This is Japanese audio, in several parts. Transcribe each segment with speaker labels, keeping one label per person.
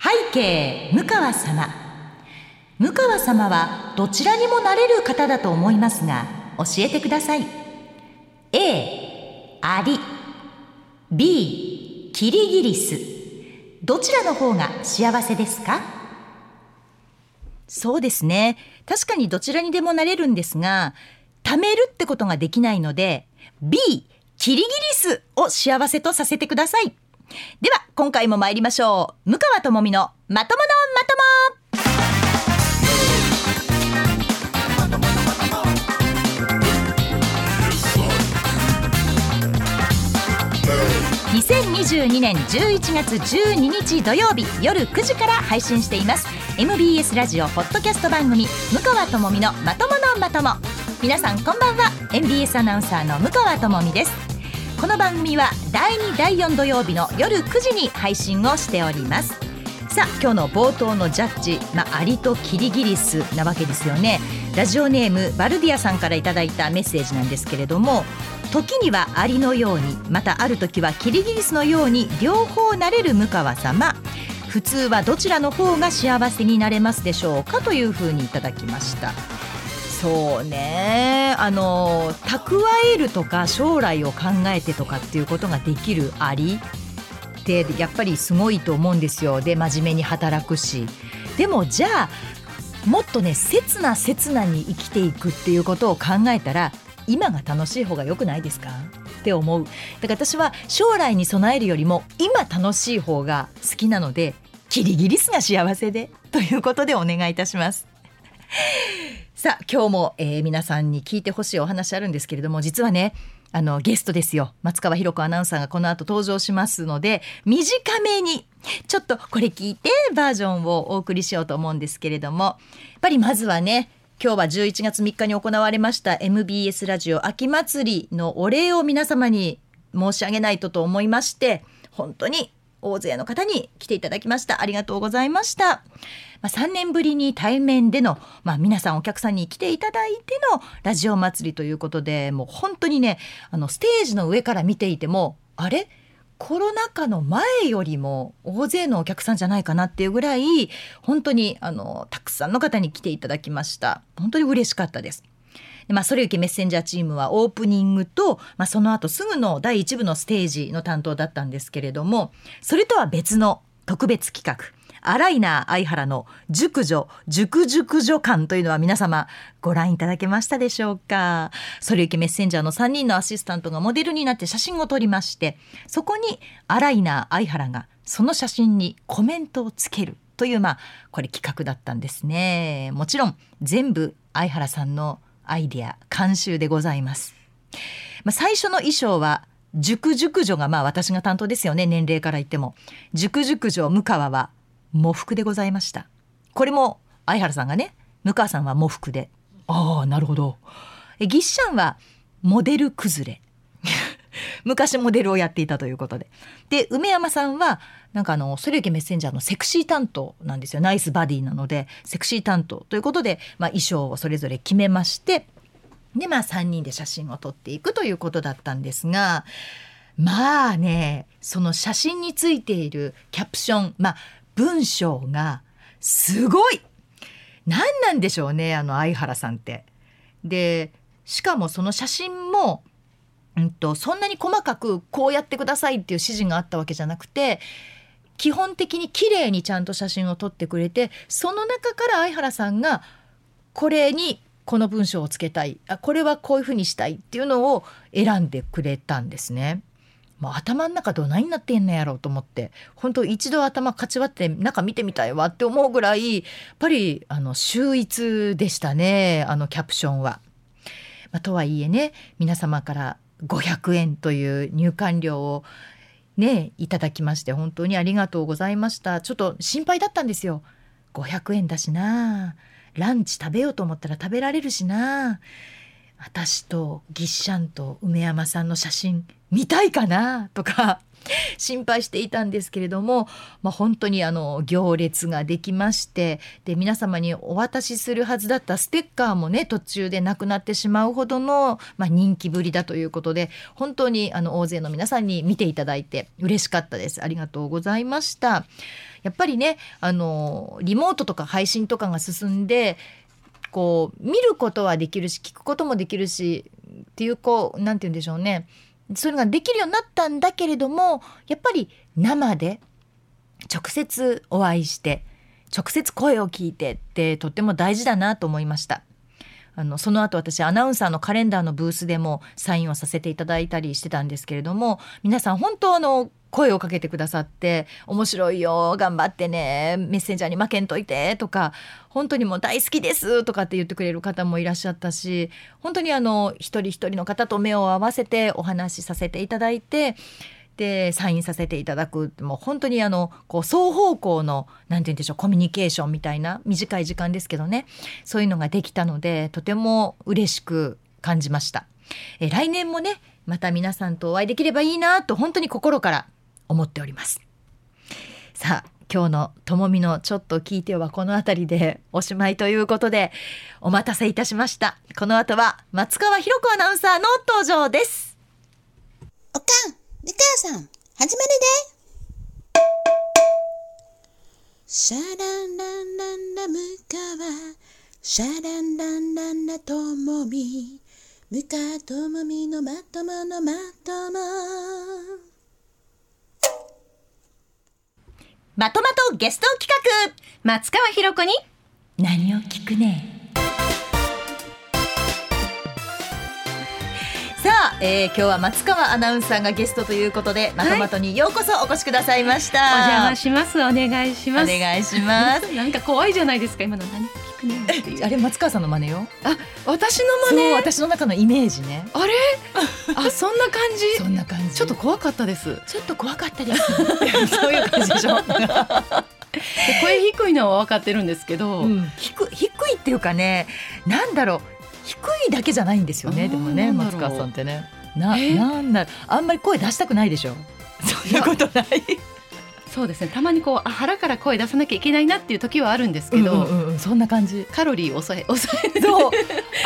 Speaker 1: 背景向川様向川様はどちらにもなれる方だと思いますが教えてください A アリ B キリギリスどちらの方が幸せですかそうですね確かにどちらにでもなれるんですが貯めるってことができないので B キリギリスを幸せとさせてくださいでは今回も参りましょう向川智美のまとものまとも2022年11月12日土曜日夜9時から配信しています MBS ラジオポッドキャスト番組「向川智美のまとものまとも」皆さんこんばんは MBS アナウンサーの向川智美ですこの番組は第2第4土曜日の夜9時に配信をしておりますさあ今日の冒頭のジャッジ、まあ、アリとキリギリスなわけですよねラジオネームバルディアさんからいただいたメッセージなんですけれども時にはアリのようにまたある時はキリギリスのように両方なれる向川様普通はどちらの方が幸せになれますでしょうかというふうにいただきましたそうねあの蓄えるとか将来を考えてとかっていうことができるアリってやっぱりすごいと思うんですよで真面目に働くしでもじゃあもっとね刹那刹那に生きていくっていうことを考えたら今が楽しい方が良くないですかって思うだから私は将来に備えるよりも今楽しい方が好きなのでキリギリスが幸せでということでお願いいたしますさあ今日も、えー皆さんに聞いてほしいお話あるんですけれども実はねあのゲストですよ松川博子アナウンサーがこの後登場しますので短めにちょっとこれ聞いてバージョンをお送りしようと思うんですけれどもやっぱりまずはね今日は11月3日に行われました MBS ラジオ秋祭りのお礼を皆様に申し上げないとと思いまして本当に大勢の方に来ていただきましたありがとうございました、まあ、3年ぶりに対面での、まあ、皆さんお客さんに来ていただいてのラジオ祭りということでもう本当にねあのステージの上から見ていてもあれコロナ禍の前よりも大勢のお客さんじゃないかなっていうぐらい本当にあのたくさんの方に来ていただきました本当に嬉しかったですでまあ、それゆけメッセンジャーチームはオープニングと、まあ、その後すぐの第1部のステージの担当だったんですけれどもそれとは別の特別企画アライナー相原の熟女熟熟女館というのは皆様ご覧いただけましたでしょうかそれゆけメッセンジャーの3人のアシスタントがモデルになって写真を撮りましてそこにアライナー相原がその写真にコメントをつけるというまあこれ企画だったんですねもちろん全部相原さんのアイディア監修でございます、まあ、最初の衣装は熟熟女がまあ私が担当ですよね年齢から言っても熟熟女向川は喪服でございましたこれも相原さんがね向川さんは喪服でああなるほどえぎっしゃんはモデル崩れ昔モデルをやっていたということでで梅山さんはなんかあのそれゆけメッセンジャーのセクシー担当なんですよナイスバディなのでセクシー担当ということで、まあ、衣装をそれぞれ決めましてでまあ3人で写真を撮っていくということだったんですがまあねその写真についているキャプションまあ文章がすごい何なんでしょうねあの相原さんって。でしかもその写真も、うん、とそんなに細かくこうやってくださいっていう指示があったわけじゃなくて基本的に綺麗にちゃんと写真を撮ってくれてその中から相原さんがこれにこの文章をつけたいあこれはこういうふうにしたいっていうのを選んでくれたんですね。もう頭の中どないになってんのやろうと思って本当一度頭かち割って中見てみたいわって思うぐらいやっぱりあの秀逸でしたねあのキャプションは。まあ、とはいえね皆様から500円という入館料をねいただきまして本当にありがとうございましたちょっと心配だったんですよ500円だしなランチ食べようと思ったら食べられるしな私とぎっしゃんと梅山さんの写真見たいかなとか心配していたんですけれども、まあ、本当にあの行列ができましてで皆様にお渡しするはずだったステッカーもね途中でなくなってしまうほどの、まあ、人気ぶりだということで本当にあの大勢の皆さんに見ていただいて嬉しかったですありがとうございましたやっぱりねあのリモートとか配信とかが進んでこう見ることはできるし聞くこともできるしっていうこうなんて言うんでしょうねそういうのができるようになったんだけれどもやっぱり生で直接お会いして直接声を聞いてってとっても大事だなと思いました。あのその後私アナウンサーのカレンダーのブースでもサインをさせていただいたりしてたんですけれども皆さん本当あの声をかけてくださって「面白いよ頑張ってねメッセンジャーに負けんといて」とか「本当にもう大好きです」とかって言ってくれる方もいらっしゃったし本当にあの一人一人の方と目を合わせてお話しさせていただいてでサインさせていただくもう本当にあのこう双方向の何て言うんでしょうコミュニケーションみたいな短い時間ですけどねそういうのができたのでとても嬉しく感じました。え来年もねまた皆さんとお会いできればいいなと本当に心から思っておりますさあ今日のともみのちょっと聞いてはこの辺りでおしまいということでお待たせいたしましたこの後は松川博子アナウンサーの登場です
Speaker 2: おかんみかやさん始めるでシャランランランラむかわシャランランランラともみむかともみのまとものまとも
Speaker 3: まとまとゲスト企画
Speaker 4: 松川ひろ子に
Speaker 3: 何を聞くねさあ、えー、今日は松川アナウンサーがゲストということで、まとまとにようこそお越しくださいました
Speaker 4: お邪魔しますお願いします
Speaker 3: お願いします
Speaker 4: なんか怖いじゃないですか今の何聞くねって いう
Speaker 3: あれ松川さんの真似よ
Speaker 4: あ私の真
Speaker 3: そう
Speaker 4: 似
Speaker 3: 私の中のイメージね
Speaker 4: あれあそんな感じ
Speaker 3: そんな感じ
Speaker 4: ちょっと怖かったですで
Speaker 3: ちょっと怖かったです そういう感じでしょ、
Speaker 4: 声低いのは分かってるんですけど、
Speaker 3: うん、低い低いっていうかねなんだろう低いだけじゃないんですよね
Speaker 4: あー
Speaker 3: でもね
Speaker 4: なんだろう
Speaker 3: 松川さんってねな
Speaker 4: え
Speaker 3: なんだあんまり声出したくないでしょそんなことない
Speaker 4: そうですねたまにこうあ腹から声出さなきゃいけないなっていう時はあるんですけど、
Speaker 3: うんうんうんそんな感じ
Speaker 4: カロリーを抑え抑え
Speaker 3: そう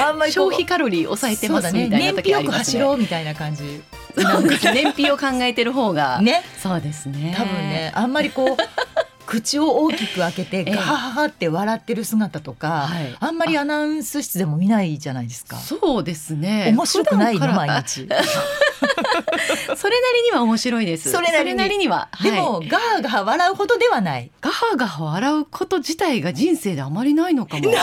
Speaker 3: あんまりこう
Speaker 4: 消費カロリーを抑えてます
Speaker 3: そうだね
Speaker 4: みたいな時あります
Speaker 3: 燃費よく走ろ
Speaker 4: ね。
Speaker 3: うみたいな感じ
Speaker 4: そうです燃費を考えてる方が、
Speaker 3: ね
Speaker 4: そうですね。
Speaker 3: 多分ねあんまりこう 口を大きく開けて
Speaker 4: ええ
Speaker 3: ガハハハって笑ってる姿とか、
Speaker 4: はい
Speaker 3: あんまりアナウンス室でも見ないじゃないですか
Speaker 4: そうですね。
Speaker 3: 面白くない
Speaker 4: 普
Speaker 3: の
Speaker 4: 段から
Speaker 3: 毎 日
Speaker 4: あそれなりには面白いです。
Speaker 3: それなりに
Speaker 4: には。はい
Speaker 3: でも、ガーガー笑うほどではない
Speaker 4: ガハガハ笑うこと自体が人生であまりないのか も。い
Speaker 3: の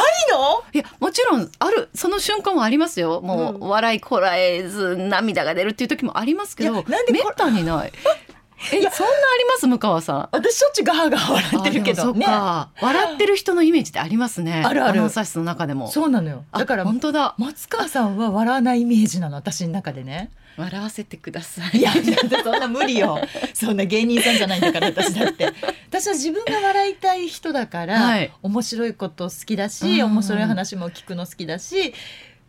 Speaker 4: や、もちろん、ある、その瞬間もありますよ。もう、
Speaker 3: うん
Speaker 4: 笑いこらえず、涙が出るっていう時もありますけ
Speaker 3: いや
Speaker 4: ど、
Speaker 3: なんで
Speaker 4: めっ
Speaker 3: こ
Speaker 4: たに ない。え、
Speaker 3: いや
Speaker 4: そんなあります、向川さん。
Speaker 3: 私しょっちゅうガーガー笑ってるけ
Speaker 4: あで
Speaker 3: ど
Speaker 4: もそっ
Speaker 3: ね
Speaker 4: か、笑ってる人のイメージってありますね。
Speaker 3: あるある
Speaker 4: アナウンサー室の中でも。
Speaker 3: そうなのよ
Speaker 4: あ
Speaker 3: だから
Speaker 4: 本当だ。
Speaker 3: 松川さんは笑わないイメージなの私の中でね
Speaker 4: 笑わせてください。
Speaker 3: いやだってそんな無理よそんな芸人さんじゃないんだから私だって私は自分が笑いたい人だから、
Speaker 4: はい
Speaker 3: 面白いこと好きだし、
Speaker 4: うん
Speaker 3: 面白い話も聞くの好きだし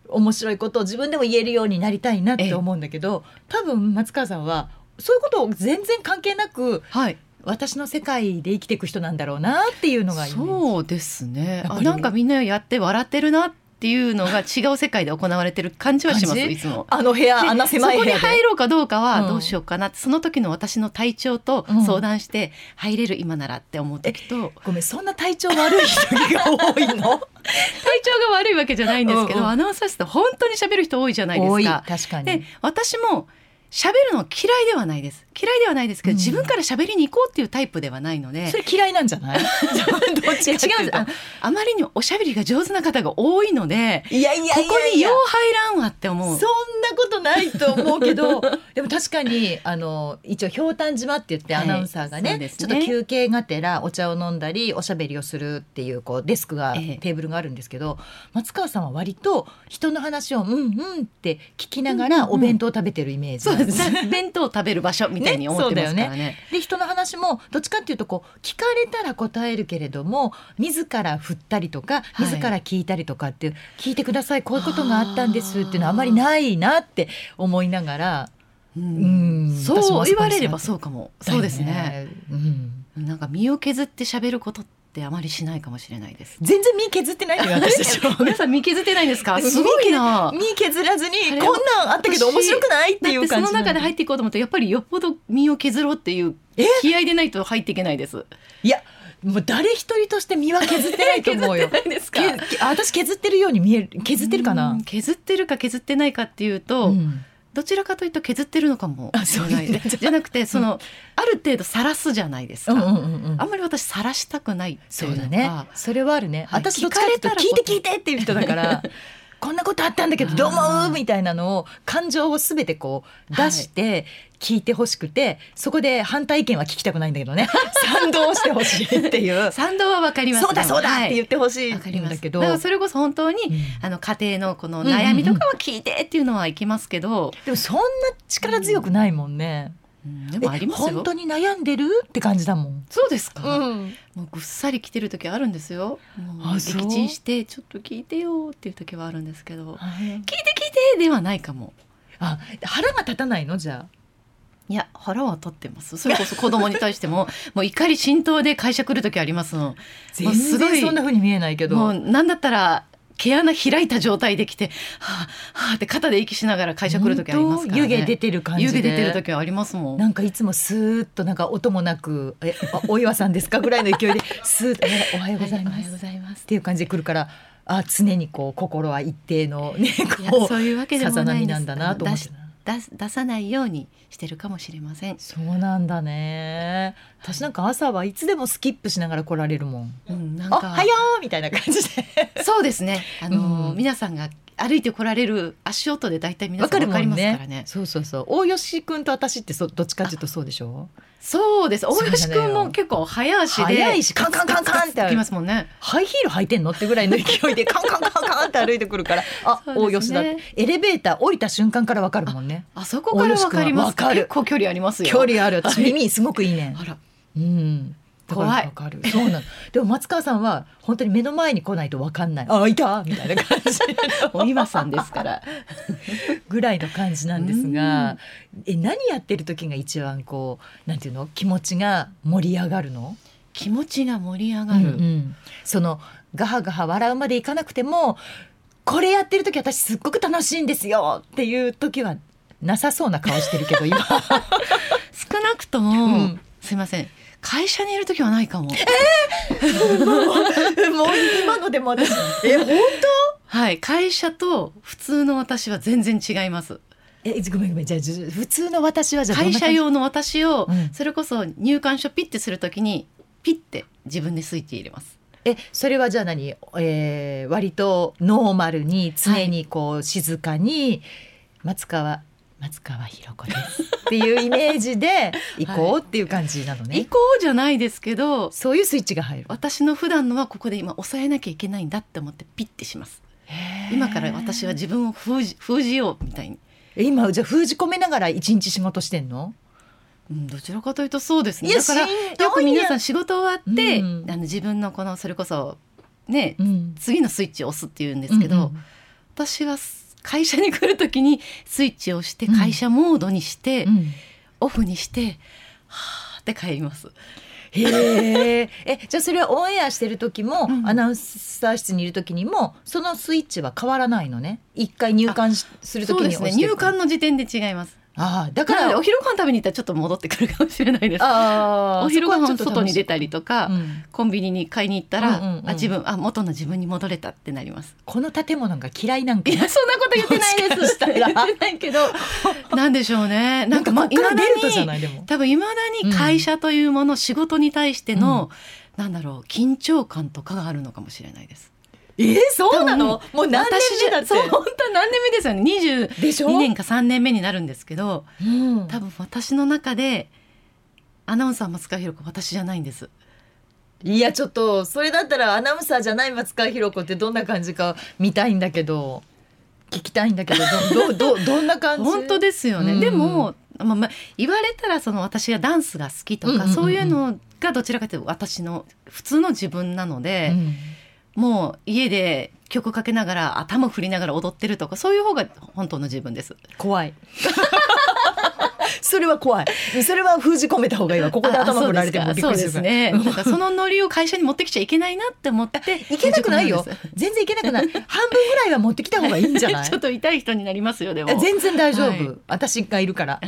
Speaker 3: 面白いことを自分でも言えるようになりたいなって思うんだけど多分松川さんはそういうことを全然関係なく
Speaker 4: はい。
Speaker 3: 私の世界で生きていく人なんだろうなっていうのがう
Speaker 4: そうですね。
Speaker 3: やっぱ
Speaker 4: あ、
Speaker 3: り
Speaker 4: なんかみんなやって笑ってるなっていうのが違う世界で行われてる感じはします。
Speaker 3: 感じ
Speaker 4: いつも。
Speaker 3: あの部屋あの狭い
Speaker 4: そこ
Speaker 3: 部
Speaker 4: に
Speaker 3: 屋で
Speaker 4: 入ろうかどうか
Speaker 3: うん
Speaker 4: はどうしようかなって、その時の私の体調と
Speaker 3: うん
Speaker 4: 相談して入れる今ならって思う時と、
Speaker 3: ごめんそんな体調悪い人が多いの
Speaker 4: 体調が悪いわけじゃないんですけど、
Speaker 3: うんうん
Speaker 4: アナウンサー室って本当に喋る人多いじゃ ないですか。
Speaker 3: 確か
Speaker 4: で
Speaker 3: に
Speaker 4: 私も喋るの嫌いではないです嫌いではないですけど、
Speaker 3: うん
Speaker 4: 自分から喋りに行こうっていうタイプではないので
Speaker 3: それ嫌いなんじゃ ないどっちかっていう
Speaker 4: いや違うんです
Speaker 3: と
Speaker 4: ああまりにおしゃべりが上手な方が多いので
Speaker 3: いやいやいやいや
Speaker 4: ここによう入らんわって思
Speaker 3: そん
Speaker 4: う
Speaker 3: なことないと思うけど でも確かにあの一応ひょうたん島って言って
Speaker 4: は
Speaker 3: ア
Speaker 4: い
Speaker 3: ナウンサーがね,、
Speaker 4: そうです
Speaker 3: ちょ
Speaker 4: ね
Speaker 3: っと休憩がてらお茶を飲んだりおしゃべりをするっていうこうデスクが、
Speaker 4: ええ
Speaker 3: テーブルがあるんですけど松川さんは割と人の話をうんうんって聞きなが
Speaker 4: うんう
Speaker 3: ら
Speaker 4: んうん
Speaker 3: お弁当を食べてるイメージ
Speaker 4: そう
Speaker 3: なんで
Speaker 4: で
Speaker 3: す
Speaker 4: す弁当を食べる場所みたいに思ってますから
Speaker 1: そうだよ
Speaker 4: ね。
Speaker 1: で人の話もどっちかっていうとこう聞かれたら答えるけれども自ら振ったりとか
Speaker 4: はい
Speaker 1: 自ら聞いたりとかっていう、聞いてくださいこういうことがあったんですっていうのはあまりないなって思いながら、
Speaker 4: う
Speaker 1: うんん、私も
Speaker 4: そう
Speaker 1: あそ
Speaker 4: 言
Speaker 1: こ
Speaker 4: わ
Speaker 1: に座
Speaker 4: れ
Speaker 1: って
Speaker 4: ればそうかも。そうですね。、
Speaker 1: だようん
Speaker 4: なんか身を削って喋ることってあまりしないかもしれない です。
Speaker 1: 全然身削ってないのよ私たち も
Speaker 4: 皆さん身削ってないんですか。 すごいな。
Speaker 1: 身削らずに
Speaker 4: あれ
Speaker 1: こんなんあったけど
Speaker 4: 私
Speaker 1: 面白くないって
Speaker 4: だっ
Speaker 1: いう
Speaker 4: てそ
Speaker 1: 感
Speaker 4: の
Speaker 1: じな
Speaker 4: 中で入っていこうと思ったらやっぱりよっぽど身を削ろうっていう
Speaker 1: え
Speaker 4: 気合でないと入っていけないです。
Speaker 1: いやもう誰一人として身は削ってないと思 うよ
Speaker 4: ないです
Speaker 1: けけあ私削ってるように見える削ってるかな
Speaker 4: うん削ってるか削ってないかっていうと、
Speaker 1: うん
Speaker 4: どちらかというと削ってるのかも
Speaker 1: あ
Speaker 4: し
Speaker 1: そ
Speaker 4: れ
Speaker 1: う
Speaker 4: な
Speaker 1: ないんだ
Speaker 4: です じゃなくてその、ある程度晒すじゃないですか、
Speaker 1: うんうんうんうん
Speaker 4: あんまり私晒したくないってい
Speaker 1: そう
Speaker 4: うのが
Speaker 1: だね。それはあるね。
Speaker 4: はい
Speaker 1: 私どっちかっていうと
Speaker 4: 聞かれ
Speaker 1: 聞い
Speaker 4: たら
Speaker 1: て聞いてっていう人だから。こんなことあったんだけどどう思
Speaker 4: あ
Speaker 1: う
Speaker 4: ー
Speaker 1: みたいなのを感情をすべてこう出して聞いてほしくて、そこで反対意見は聞きたくないんだけど ね賛同してほしいって いう
Speaker 4: 賛同はわかります
Speaker 1: そうだそうだって言
Speaker 4: っ
Speaker 1: ってほしていん
Speaker 4: わかります
Speaker 1: だけど、
Speaker 4: だからそれこそ本当に、
Speaker 1: うん
Speaker 4: あの家庭のこの悩みとかは聞いてっていうのはいきますけど、
Speaker 1: でもそんな力強くないもんね。
Speaker 4: うんでもあります
Speaker 1: え
Speaker 4: よ
Speaker 1: 本当に悩んでるって感じだもん。
Speaker 4: そうですか、
Speaker 1: ん、
Speaker 4: もうぐっさり来てる時あるんですよもう
Speaker 1: あそう
Speaker 4: 撃沈してちょっと聞いてよっていう時はあるんですけど聞いて聞いてではないかも
Speaker 1: あ腹が立たないのじゃ
Speaker 4: いや腹は立ってますそれこそ子供に対して ももう怒り浸透で会社来る時ありますの
Speaker 1: あ
Speaker 4: も
Speaker 1: 全
Speaker 4: うすごい
Speaker 1: 然そんな風に見えないけど。
Speaker 4: もうなんだったら毛穴開いた状態で来てはあはあって肩で息しながら会社来る時ありますからね
Speaker 1: 本当湯気出てる感じ
Speaker 4: 湯
Speaker 1: で
Speaker 4: 気出てる時はありますもん
Speaker 1: なんかいつもスーッとなんか音もなく「えあお岩さんですか?」ぐらいの 勢いでスーッとね「おはようございます」
Speaker 4: はおはようございます
Speaker 1: っていう感じで来るからあ常にこう心は一定のね
Speaker 4: いや
Speaker 1: こ
Speaker 4: そういうわけ
Speaker 1: う
Speaker 4: で
Speaker 1: さ
Speaker 4: も
Speaker 1: ざ
Speaker 4: な
Speaker 1: 波
Speaker 4: いです
Speaker 1: なんだなと思っ
Speaker 4: 出
Speaker 1: て
Speaker 4: し。出す出さないようにしてるかもしれません、
Speaker 1: そうなんだね私なんか朝はいつでもスキップしながら来られるもん「
Speaker 4: うん、なん
Speaker 1: あお
Speaker 4: か
Speaker 1: はよう」みたいな感じで
Speaker 4: そうですね。あの、
Speaker 1: うん
Speaker 4: 皆さんが歩いてこられる足音で大体皆
Speaker 1: わ
Speaker 4: さ
Speaker 1: か
Speaker 4: ん
Speaker 1: る
Speaker 4: わ
Speaker 1: も
Speaker 4: かり
Speaker 1: ん
Speaker 4: ますから
Speaker 1: ね
Speaker 4: ね。
Speaker 1: そうそうそう大吉君と私ってそどっちかっていうとそうでしょ
Speaker 4: そうです。
Speaker 1: そう
Speaker 4: 大
Speaker 1: なのよ
Speaker 4: 吉くんも結構早足で
Speaker 1: 早いしカンカンカンカンって
Speaker 4: 行きますもんね。
Speaker 1: ハイヒール履いてんのってぐらいの勢いでカンカンカンカンって歩いてくるからあ、
Speaker 4: そうです
Speaker 1: 大吉
Speaker 4: ね
Speaker 1: だってエレベーター降りた瞬間からわかるもんね
Speaker 4: あそこからわかり
Speaker 1: 大吉
Speaker 4: ます。
Speaker 1: くんはわかる
Speaker 4: 結構距離ありますよ。
Speaker 1: 距。離ある私
Speaker 4: はい
Speaker 1: 耳すごくいいね
Speaker 4: あら、
Speaker 1: うんだから
Speaker 4: 怖い
Speaker 1: わかるそうなのでも松川さんは本当に目の前に来ないとわかんないあいたみたいな感じ
Speaker 4: お今さんですから。
Speaker 1: ぐらいの感じなんですがえ何やってる時が一番こうなんていうの気持ちが盛り上がるの
Speaker 4: 気持ちが盛り上がる。
Speaker 1: うんうんそのガハガハ笑うまでいかなくてもこれやってる時私すっごく楽しいんですよっていう時はなさそうな顔してるけ ど今
Speaker 4: 少なくとも、
Speaker 1: うん
Speaker 4: すいません。会社にいる時はないかも。
Speaker 1: もう今のでも 私え
Speaker 4: はい、会社と普通の私は全然違います。
Speaker 1: えごめんごめんじゃあじゅ普通の私はじゃあどん
Speaker 4: 会
Speaker 1: な
Speaker 4: 社
Speaker 1: 感じ
Speaker 4: 用の私を、
Speaker 1: うん
Speaker 4: それこそ入館書ピッてするときにピッて自分でスイッチ入れます。
Speaker 1: えそれはじゃあ何、えー割とノーマルに常にこう静かに松川松川博子ですっていうイメージで行こうっていう感じなのね、
Speaker 4: 移行じゃないですけど
Speaker 1: そういうスイッチが入る
Speaker 4: 私の普段のはここで今抑えなきゃいけないんだって思ってピッてします。今から私は自分を封じ封じようみたいに、
Speaker 1: え今じゃあ封じ込めながら一日仕事してんの
Speaker 4: うん、どちらかというとそうです
Speaker 1: い
Speaker 4: ね。
Speaker 1: や
Speaker 4: だから
Speaker 1: しんどいや
Speaker 4: よく皆さん仕事終わって、
Speaker 1: うん
Speaker 4: あの自分のこのそれこそね、
Speaker 1: うん
Speaker 4: 次のスイッチを押すっていうんですけど、
Speaker 1: うん
Speaker 4: 私は会社に来るときにスイッチを押して会社モードにして、
Speaker 1: うんうん
Speaker 4: オフにしてはーって帰ります
Speaker 1: へええじゃあそれはオンエアしてる時も、
Speaker 4: うん
Speaker 1: アナウンサー室にいる時にもそのスイッチは変わらないのね一回入館しする時
Speaker 4: そう
Speaker 1: に
Speaker 4: ですね
Speaker 1: 押して
Speaker 4: 入
Speaker 1: る
Speaker 4: 館の時点で違います
Speaker 1: ああだか
Speaker 4: なので
Speaker 1: ら
Speaker 4: お昼ご飯食べに行ったらちょっと戻ってくるかもしれないです
Speaker 1: あ
Speaker 4: お昼ご飯外に出
Speaker 1: て、
Speaker 4: たりとか、
Speaker 1: うん
Speaker 4: コンビニに買いに行ったら、
Speaker 1: うんうんうん
Speaker 4: あ自分あ元の自分に戻れたってなります
Speaker 1: この建物が嫌いなんか
Speaker 4: いやそんなこと言ってない
Speaker 1: もしか
Speaker 4: です
Speaker 1: したら
Speaker 4: 言ってないけどなんでしょう
Speaker 1: な
Speaker 4: ねなんん
Speaker 1: か
Speaker 4: か
Speaker 1: こ
Speaker 4: ま
Speaker 1: っから
Speaker 4: 未
Speaker 1: 出るとじゃ
Speaker 4: だに
Speaker 1: ないでも
Speaker 4: 多分いまだに会社というもの、仕事に対しての、なんだろう緊張感とかがあるのかもしれないです。
Speaker 1: えー、そうなのもう何年目だって
Speaker 4: 私そう本当何年目ですよね22
Speaker 1: でしょ
Speaker 4: 年か3年目になるんですけど
Speaker 1: うん
Speaker 4: 多分私の中でアナウンサー松川博子私じゃないんです
Speaker 1: いやちょっとそれだったらアナウンサーじゃない松川博子ってどんな感じか見たい んだけど聞きたいんだけどどどどどんな感じ
Speaker 4: 本当ですよね、
Speaker 1: うん
Speaker 4: でもまあまあ、言われたらその私がダンスが好きとか、
Speaker 1: うんうんうんうん
Speaker 4: そういうのがどちらかというと私の普通の自分なの
Speaker 1: う
Speaker 4: で、
Speaker 1: ん
Speaker 4: もう家で曲かけながら頭振りながら踊ってるとかそういう方が本当の自分です。
Speaker 1: 怖いそれは怖いそれは封じ込めた方がいいわここで頭振られても
Speaker 4: あ
Speaker 1: びっ
Speaker 4: そ
Speaker 1: く
Speaker 4: う
Speaker 1: り
Speaker 4: ですす
Speaker 1: る
Speaker 4: かそうですね。なんかそのノリを会社に持ってきちゃいけないなって思って
Speaker 1: いけなくないよ
Speaker 4: 自分んで
Speaker 1: 全然いけなくない半分ぐらいは持ってきた方がいいんじゃな
Speaker 4: す
Speaker 1: い
Speaker 4: ちょっと痛い人になりますよでも。
Speaker 1: 全然大丈夫、
Speaker 4: はい
Speaker 1: 私がいる から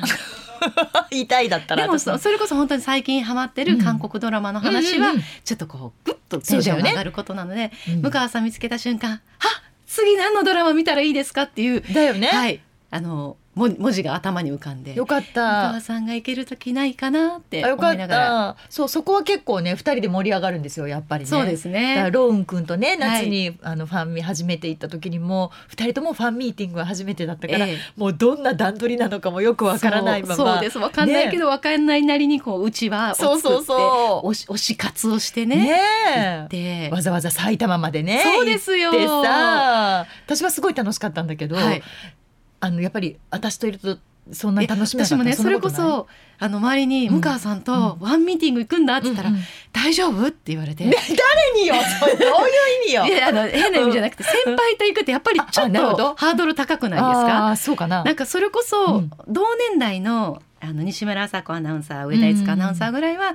Speaker 1: 痛いだったら
Speaker 4: でも
Speaker 1: 私
Speaker 4: そそれこそ本当に最近ハマってる韓国ドラマの話は
Speaker 1: うんうんうん
Speaker 4: ちょっとこうグッとテンションが上がることなので、
Speaker 1: うん
Speaker 4: 向川さん見つけた瞬間「は次何のドラマ見たらいいですか?」っていう、
Speaker 1: だよね、
Speaker 4: はい、あのも文字が頭に浮かんで
Speaker 1: よかっ
Speaker 4: 向
Speaker 1: た
Speaker 4: 川さんが行ける時ないかなって
Speaker 1: あよ
Speaker 4: 思
Speaker 1: かっ
Speaker 4: いながら。
Speaker 1: たそうそこは結構ね二人で盛り上がるんですよやっぱりね
Speaker 4: そうです
Speaker 1: だから
Speaker 4: ね。
Speaker 1: ローン君とね夏に、あのファンミ初めて行った時にも二人ともファンミーティングは初めてだったから、
Speaker 4: ええ
Speaker 1: もうどんな段取りなのかもよくわからないまま
Speaker 4: そうそうです。わかんないけど、わかんないなりにこううちは
Speaker 1: そうそうそう
Speaker 4: 推し推し活をして
Speaker 1: ね
Speaker 4: ね。
Speaker 1: え
Speaker 4: で、
Speaker 1: わざわざ埼玉までね
Speaker 4: そうですよ。
Speaker 1: 行ってさ私はすごい楽しかったんだけど、
Speaker 4: はい。
Speaker 1: あのやっぱり私といるとそんなに楽しめなか
Speaker 4: 私
Speaker 1: った
Speaker 4: もね
Speaker 1: ん
Speaker 4: そ
Speaker 1: な
Speaker 4: れ
Speaker 1: と
Speaker 4: こ
Speaker 1: ない
Speaker 4: そあの周りに
Speaker 1: うん
Speaker 4: 向川さんとワンミーティング行くんだって言ったら
Speaker 1: うんうん
Speaker 4: 「大丈夫?」って言われて。
Speaker 1: ね誰によそれどういう意味よ
Speaker 4: いやあの変な意味じゃなくて先輩と行くってやっぱりちょ
Speaker 1: あ
Speaker 4: っ
Speaker 1: なるほ
Speaker 4: と
Speaker 1: ど
Speaker 4: ハードル高くないですか
Speaker 1: あーそうかな
Speaker 4: なんかそれこそ
Speaker 1: うん
Speaker 4: 同年代のあの西村麻子アナウンサー上田悦子アナウンサーぐらいは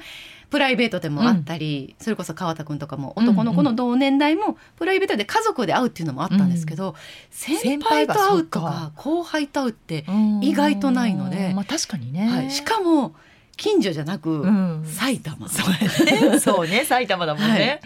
Speaker 4: プライベートでもあったり、それこそ川田君とかも
Speaker 1: うんうん
Speaker 4: 男の子の同年代もプライベートで家族で会うっていうのもあったんですけど、先輩と会
Speaker 1: 先輩がそ
Speaker 4: うとか後輩と会うって、
Speaker 1: うん
Speaker 4: 意外とないので
Speaker 1: まあ確かにね、
Speaker 4: はいしかも近所じゃなく、
Speaker 1: うん
Speaker 4: 埼玉
Speaker 1: そう ねそうね埼玉だもん
Speaker 4: はい
Speaker 1: ね、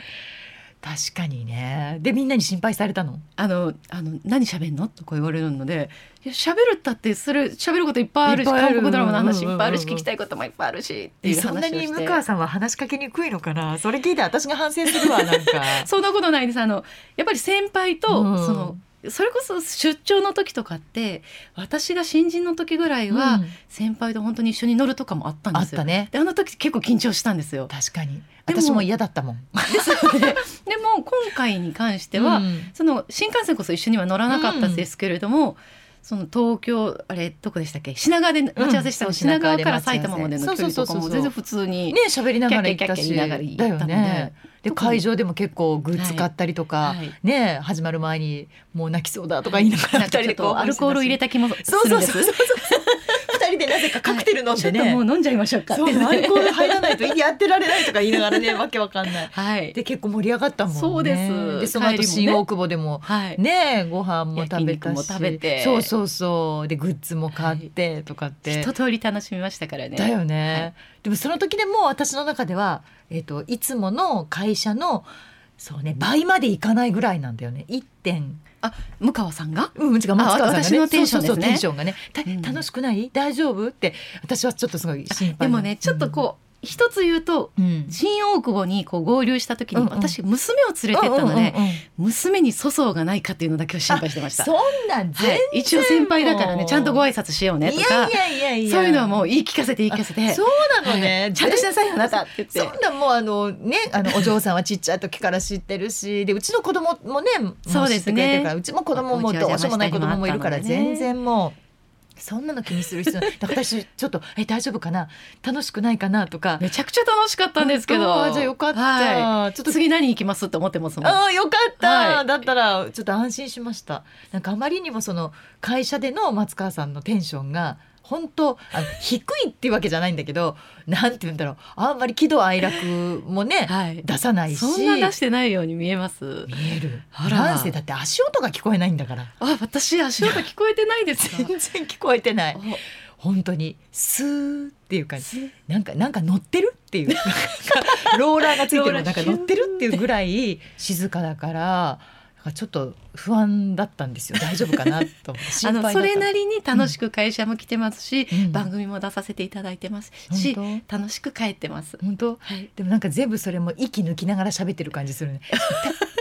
Speaker 1: 確かにねでみんなに心配されたの
Speaker 4: あのあの何喋んのとか言われるのでいや喋るったってそれ喋ることいっぱいあるし
Speaker 1: いっぱいある
Speaker 4: 韓国ドラマの話
Speaker 1: うんうんうん
Speaker 4: いっぱいあるし聞きたいこともいっぱいあるしっていう
Speaker 1: そんな
Speaker 4: 話を
Speaker 1: に
Speaker 4: し
Speaker 1: 向
Speaker 4: て
Speaker 1: 川さんは話しかけにくいのかなそれ聞いて私が反省するわなんか
Speaker 4: そんなことないですあのやっぱり先輩と、
Speaker 1: うん
Speaker 4: そのそれこそ出張の時とかって私が新人の時ぐらいは、
Speaker 1: うん
Speaker 4: 先輩と本当に一緒に乗るとかもあったん
Speaker 1: あ
Speaker 4: で
Speaker 1: っ
Speaker 4: すよ。
Speaker 1: たね
Speaker 4: であの時結構緊張したんですよ。
Speaker 1: 確かに
Speaker 4: でも
Speaker 1: 私も嫌だったもん
Speaker 4: ですのででも今回に関しては、
Speaker 1: うん
Speaker 4: その新幹線こそ一緒には乗らなかった
Speaker 1: うん
Speaker 4: んですけれども、その東京あれどこでしたっけ品川で待ち合わせしたの、
Speaker 1: うんそう
Speaker 4: 品川から
Speaker 1: 品川で待ち合わせ
Speaker 4: 埼玉までの距離とか
Speaker 1: そうそうそうそ
Speaker 4: も
Speaker 1: う
Speaker 4: 全然普通に、
Speaker 1: ね喋りながら行ったし
Speaker 4: キャッキャキャッキャ言いな
Speaker 1: だ
Speaker 4: がら行
Speaker 1: よ
Speaker 4: ったので
Speaker 1: ねで
Speaker 4: 特に
Speaker 1: 会場でも結構グッズ買ったりとか、
Speaker 4: はいはい
Speaker 1: ね始まる前にもう泣きそうだとか言いながら
Speaker 4: なんかちょっとアルコールを入れ
Speaker 1: た
Speaker 4: た気もするんです
Speaker 1: そうそうそうそう二人でなぜかカクテル飲んでね、
Speaker 4: はいちょっともう飲んじゃいましょうかって
Speaker 1: そうアルコール入らないとやってられないとか言いなが らねわけわかんない
Speaker 4: はい
Speaker 1: で結構盛り上がったもんね
Speaker 4: そうです
Speaker 1: その後
Speaker 4: 帰りもね
Speaker 1: 新大久保でも
Speaker 4: はい、
Speaker 1: ねご飯も食べたし
Speaker 4: 焼肉も食べて
Speaker 1: そうそうそうでグッズも買ってとかって、
Speaker 4: 一通り楽しみましたからね
Speaker 1: だよね、でもその時でも私の中では、えっといつもの会社のそうね倍までいかないぐらいなんだよね1点
Speaker 4: あ向川さんが
Speaker 1: うん違う松川さんが、ね、
Speaker 4: 私のテンションで
Speaker 1: そうそうそ
Speaker 4: すね
Speaker 1: うテンションがねた
Speaker 4: うん
Speaker 1: 楽しくない、大丈夫って私はちょっとすごい心配
Speaker 4: でもねちょっとこう、一つ言うと
Speaker 1: うん、うん
Speaker 4: 新大久保にこう合流した時に、
Speaker 1: うんうん
Speaker 4: 私娘を連れてったので、
Speaker 1: うんうんうん
Speaker 4: 娘に粗相がないかっていうのだけを心配してました。
Speaker 1: そんなん全
Speaker 4: はい、一応先輩だからねちゃんとご挨拶しようねとか
Speaker 1: いやいやいやいや
Speaker 4: そういうのはもう言い聞かせて言い聞かせて
Speaker 1: そうなのね、
Speaker 4: はいちゃんとしなさいよあなたって言って
Speaker 1: そんなもうあのねあのお嬢さんはちっちゃい時から知ってるしでうちの子供もねも
Speaker 4: そうで
Speaker 1: 知
Speaker 4: すね
Speaker 1: ってくれてるからうちも子供も
Speaker 4: うちは
Speaker 1: どうしようもない子供もいるから
Speaker 4: 邪魔したりもあったので
Speaker 1: 全
Speaker 4: ね
Speaker 1: 然もうそんなの気にする必要 ないだから私ちょっとえ大丈夫かな楽しくないかなとか
Speaker 4: めちゃくちゃ楽しかったんですけど
Speaker 1: あじゃあよかった、
Speaker 4: はい
Speaker 1: ちょっと
Speaker 4: 次何行きますって思ってますもん
Speaker 1: ああよかった、
Speaker 4: は
Speaker 1: だったらちょっと安心しましたなんかあまりにもその会社での松川さんのテンションが本当あの低いっていうわけじゃないんだけどなんて言うんだろうあんまり喜怒哀楽もね、
Speaker 4: はい
Speaker 1: 出さないし
Speaker 4: そんな出してないように見えます
Speaker 1: 見える
Speaker 4: あら
Speaker 1: なんせだって足音が聞こえないんだ から
Speaker 4: あ私足音聞こえてないです
Speaker 1: 全
Speaker 4: か
Speaker 1: 然聞こえてない本当にスーっていう感じなんかなんか乗ってるっていうな んかローラーがついてる
Speaker 4: ローラ
Speaker 1: の
Speaker 4: ー
Speaker 1: なんか乗ってるっていうぐらい静かだからなんかちょっと不安だったんですよ大丈夫かなと思って
Speaker 4: あ
Speaker 1: 心配だ
Speaker 4: の
Speaker 1: った
Speaker 4: それなりに楽しく会社も来てますし、
Speaker 1: うん
Speaker 4: 番組も出させていただいてますし、
Speaker 1: 本
Speaker 4: 楽しく帰ってます
Speaker 1: 当。本当
Speaker 4: はい、
Speaker 1: でもなんか全部それも息抜きながら喋ってる感じす るね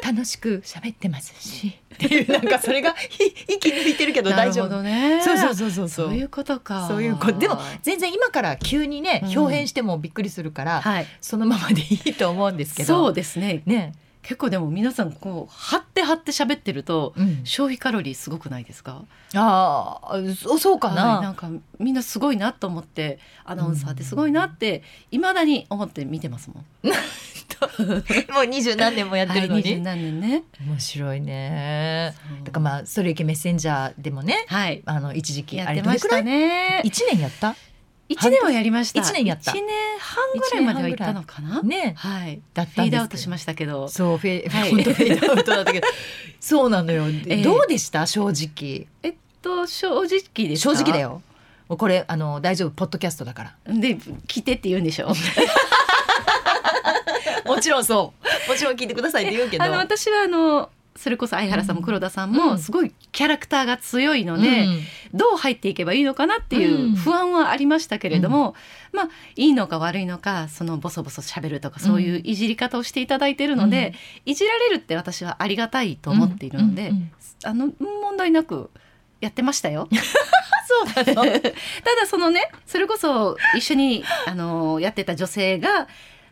Speaker 1: た楽しく喋ってますしっていうなんかそれがひ 息抜いてるけど大丈夫
Speaker 4: なるほどね。
Speaker 1: そうそうそうそう
Speaker 4: そういうことか。
Speaker 1: そういうことでも全然今から急にね
Speaker 4: うん
Speaker 1: 表変してもびっくりするから、
Speaker 4: はい。
Speaker 1: そのままでいいと思うんですけど
Speaker 4: そうですね。
Speaker 1: ね
Speaker 4: 結構でも皆さんこう張って張って喋ってると
Speaker 1: うん
Speaker 4: 消費カロリーすごくないですか
Speaker 1: ああそそうか
Speaker 4: はいな
Speaker 1: な。
Speaker 4: んかみんなすごいなと思ってアナウンサーってすごいなっていまだに思って見てますもん。
Speaker 1: もう二十何年もやってるの
Speaker 4: はい、20
Speaker 1: に。
Speaker 4: 何年ね。
Speaker 1: 面白いね。だから
Speaker 4: ま
Speaker 1: まあそれいけメッセンジャーでもね、
Speaker 4: はい
Speaker 1: あの一時期
Speaker 4: や
Speaker 1: あ
Speaker 4: っ
Speaker 1: れ
Speaker 4: て
Speaker 1: ど
Speaker 4: ま
Speaker 1: れ
Speaker 4: し
Speaker 1: くら
Speaker 4: た
Speaker 1: い？
Speaker 4: ね。
Speaker 1: 一年やった？
Speaker 4: 一年はやりました。
Speaker 1: 一年やった
Speaker 4: 一年半ぐらいまでは行ったのかな。
Speaker 1: ね。
Speaker 4: はい。
Speaker 1: だっ
Speaker 4: フ
Speaker 1: たんですけど
Speaker 4: ェードアウトしましたけど。
Speaker 1: そうフェイ、
Speaker 4: はい
Speaker 1: 本当フェイドアウトだったけ ど、そうなのよ。
Speaker 4: え
Speaker 1: どうでした正直？
Speaker 4: えっと正直です
Speaker 1: 正
Speaker 4: か。
Speaker 1: 直だ。よ。もうこれあの大丈夫ポッドキャストだ から。
Speaker 4: で来てって言うんでしょ。
Speaker 1: もちろんそう。 もちろん聞いてくださいって言うけ
Speaker 4: あの私はあのそれこそ相原さんも黒田さん
Speaker 1: う
Speaker 4: も
Speaker 1: ん
Speaker 4: すごいキャラクターが強いの
Speaker 1: うん
Speaker 4: で。どう入っていけばいいのかなっていう不安はありましたけれども、まあいいのか悪いのかそのボソボソ喋るとかそういういじり方をしていただいているので、いじられるって私はありがたいと思っているので、
Speaker 1: うんうんうん
Speaker 4: あの問題なくやってましたよ。
Speaker 1: そうだ
Speaker 4: ただそのねそれこそ一緒にあのやってた女性が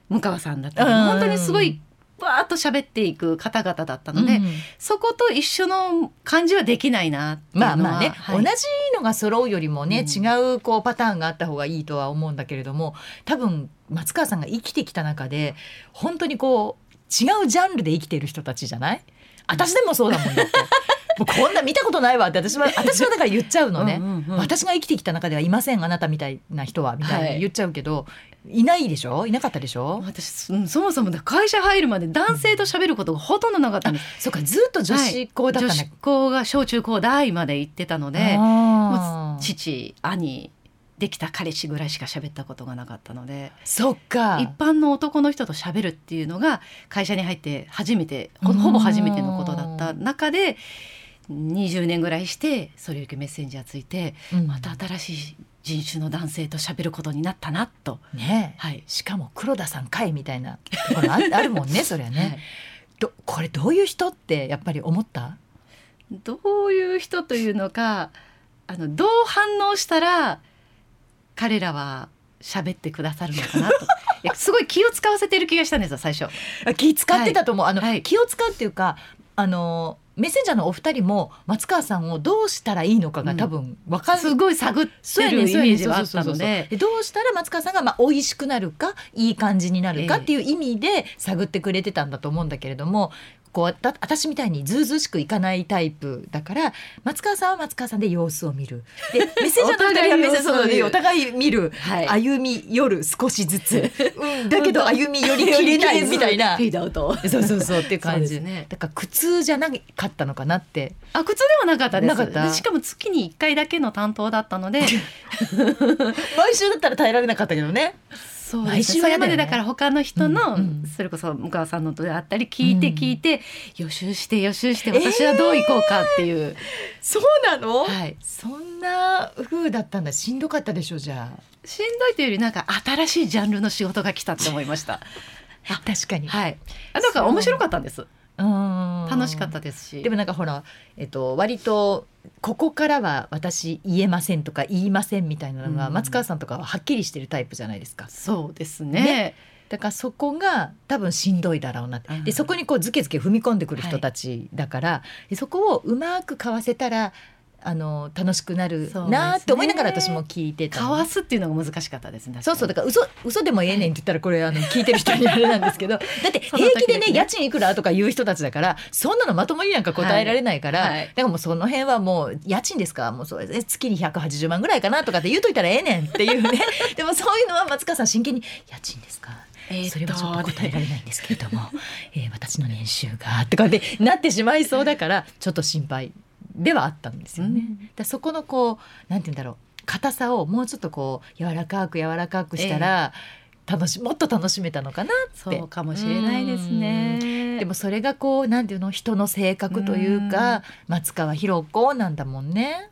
Speaker 4: 向川さんだったので、
Speaker 1: うん
Speaker 4: 本当にすごいわーっと喋っていく方々だったの
Speaker 1: の
Speaker 4: で、
Speaker 1: で、
Speaker 4: そこと一緒の感じはできないなっていうの
Speaker 1: ま
Speaker 4: は
Speaker 1: あまあね、
Speaker 4: は
Speaker 1: 同
Speaker 4: い
Speaker 1: じのが揃うよりもね、
Speaker 4: うん
Speaker 1: 違うこうパターンがあった方がいいとは思うんだけれども多分松川さんが生きてきた中で本当にこう違うジャンルで生きてる人たちじゃない私でもそうだもんだ ってもうこんな見たことないわって私は私はだから言っちゃうのね。
Speaker 4: うんうんうん
Speaker 1: 私が生きてきた中ではいませんあなたみたいな人はみたい
Speaker 4: は
Speaker 1: に
Speaker 4: い
Speaker 1: 言っちゃうけど、い、ないでしょいなかったでしょ
Speaker 4: 私うんそもそもだ会社入るまで男性と喋ることがほとんどなかったんです、
Speaker 1: そうかずっと女子校だっ
Speaker 4: 女
Speaker 1: たんだ
Speaker 4: 子校が小中高大まで行ってたので
Speaker 1: あー
Speaker 4: 父兄できた彼氏ぐらいしか喋ったことがなかったので
Speaker 1: そっか
Speaker 4: 一般の男の人と喋るっていうのが会社に入って初めてほほぼ初めてのことだった中で20年ぐらいしてそれよりメッセンジャーついて
Speaker 1: うん
Speaker 4: また新しい人種の男性と喋ることになったなと、
Speaker 1: ねえ
Speaker 4: はい
Speaker 1: しかも黒田さんかいみたいなところああるもんねそりゃね、
Speaker 4: はい
Speaker 1: どこれどういう人ってやっぱり思った
Speaker 4: どういう人というのかあのどう反応したら彼らは喋ってくださるのかなといやすごい気を使わせてる気がしたんですよ最初。
Speaker 1: あ気使ってたと思う、あの
Speaker 4: はい
Speaker 1: 気を使うっていうかあのメッセンジャーのお二人も松川さんをどうしたらいいのかが多分わかる、
Speaker 4: すごい探ってるイメージはあったの
Speaker 1: そうそうそう
Speaker 4: で
Speaker 1: そうどうしたら松川さんがまあ美味しくなるかいい感じになるかっていう意味で探ってくれてたんだと思うんだけれども、こうわた私みたいにずうずうしくいかないタイプだから松川さんは松川さんで様子を見る でメッセンジャーの二人はメッセンジャーの二人でお
Speaker 4: お
Speaker 1: 互い見る。
Speaker 4: はい
Speaker 1: 歩み寄る少しず つ、うん、だけど歩み 寄り きれないみたいな
Speaker 4: フェードアウ ト
Speaker 1: そうそうそうっていう感
Speaker 4: そう
Speaker 1: じ
Speaker 4: ですね
Speaker 1: だから苦痛じゃなかったのかなって
Speaker 4: あ靴ではなかったです
Speaker 1: なかった
Speaker 4: でしかも月に1回だけの担当だった ので
Speaker 1: 毎週だったら耐えられなかったけどね
Speaker 4: そう
Speaker 1: 毎週は
Speaker 4: そ
Speaker 1: や
Speaker 4: れ
Speaker 1: だ
Speaker 4: ま
Speaker 1: よね
Speaker 4: でだから他の人の、
Speaker 1: うんうん
Speaker 4: それこそ向川さんのとであったり聞いて
Speaker 1: うん
Speaker 4: 聞いて、予習して予習して私はどういこうかっていう、
Speaker 1: そうなの
Speaker 4: はい、
Speaker 1: そんな風だったんだしんどかったでしょじゃあ
Speaker 4: しんどいというよりなんか新しいジャンルの仕事が来たって思いました。
Speaker 1: 確かに、
Speaker 4: はい。あだから面白かったんです。
Speaker 1: うん
Speaker 4: 楽しかったですし。
Speaker 1: でもなんかほら、えっと、割とここからは私言えませんとか言いませんみたいなのが
Speaker 4: うん
Speaker 1: 松川さんとかははっきりしてるタイプじゃないですか
Speaker 4: そうです
Speaker 1: ね
Speaker 4: ね。
Speaker 1: だからそこが多分しんどいだろうなって
Speaker 4: うん
Speaker 1: でそこにこうずけずけ踏み込んでくる人たちだから、でそこをうまくかわせたらあの楽しくなる
Speaker 4: そうです
Speaker 1: な
Speaker 4: ね
Speaker 1: って思いながら私も聞いてた
Speaker 4: か
Speaker 1: の
Speaker 4: わすっていうのが難しかったですね。
Speaker 1: そうそうだ
Speaker 4: 確
Speaker 1: から嘘嘘でもええねんって言ったらこれあの聞いてる人にあれなんです けどだって
Speaker 4: その時
Speaker 1: 平気でね
Speaker 4: 々ね
Speaker 1: 家賃いくらとか言う人たちだからそんなのまともになんか答えられないから、
Speaker 4: はいは
Speaker 1: だ
Speaker 4: い
Speaker 1: からもうその辺はもう家賃ですかもうそれで月に180万ぐらいかなとかって言うといたらええねんって いうねでもそういうのは松川さん真剣に「家賃ですか?」
Speaker 4: えーっと
Speaker 1: それはちょっと答えられないんですけれども、えー私の年収がとかでなってしまいそうだからちょっと心配ではあったんですよね。
Speaker 4: うん
Speaker 1: だからそこのこうなんて言うんだろう硬さをもうちょっとこう柔らかく柔らかくしたら、楽しもっと楽しめたのかな
Speaker 4: か
Speaker 1: って
Speaker 4: にそうかもしれないですね。
Speaker 1: でもそれがこうなんていうの人の性格というか、松川博子なんだもんね。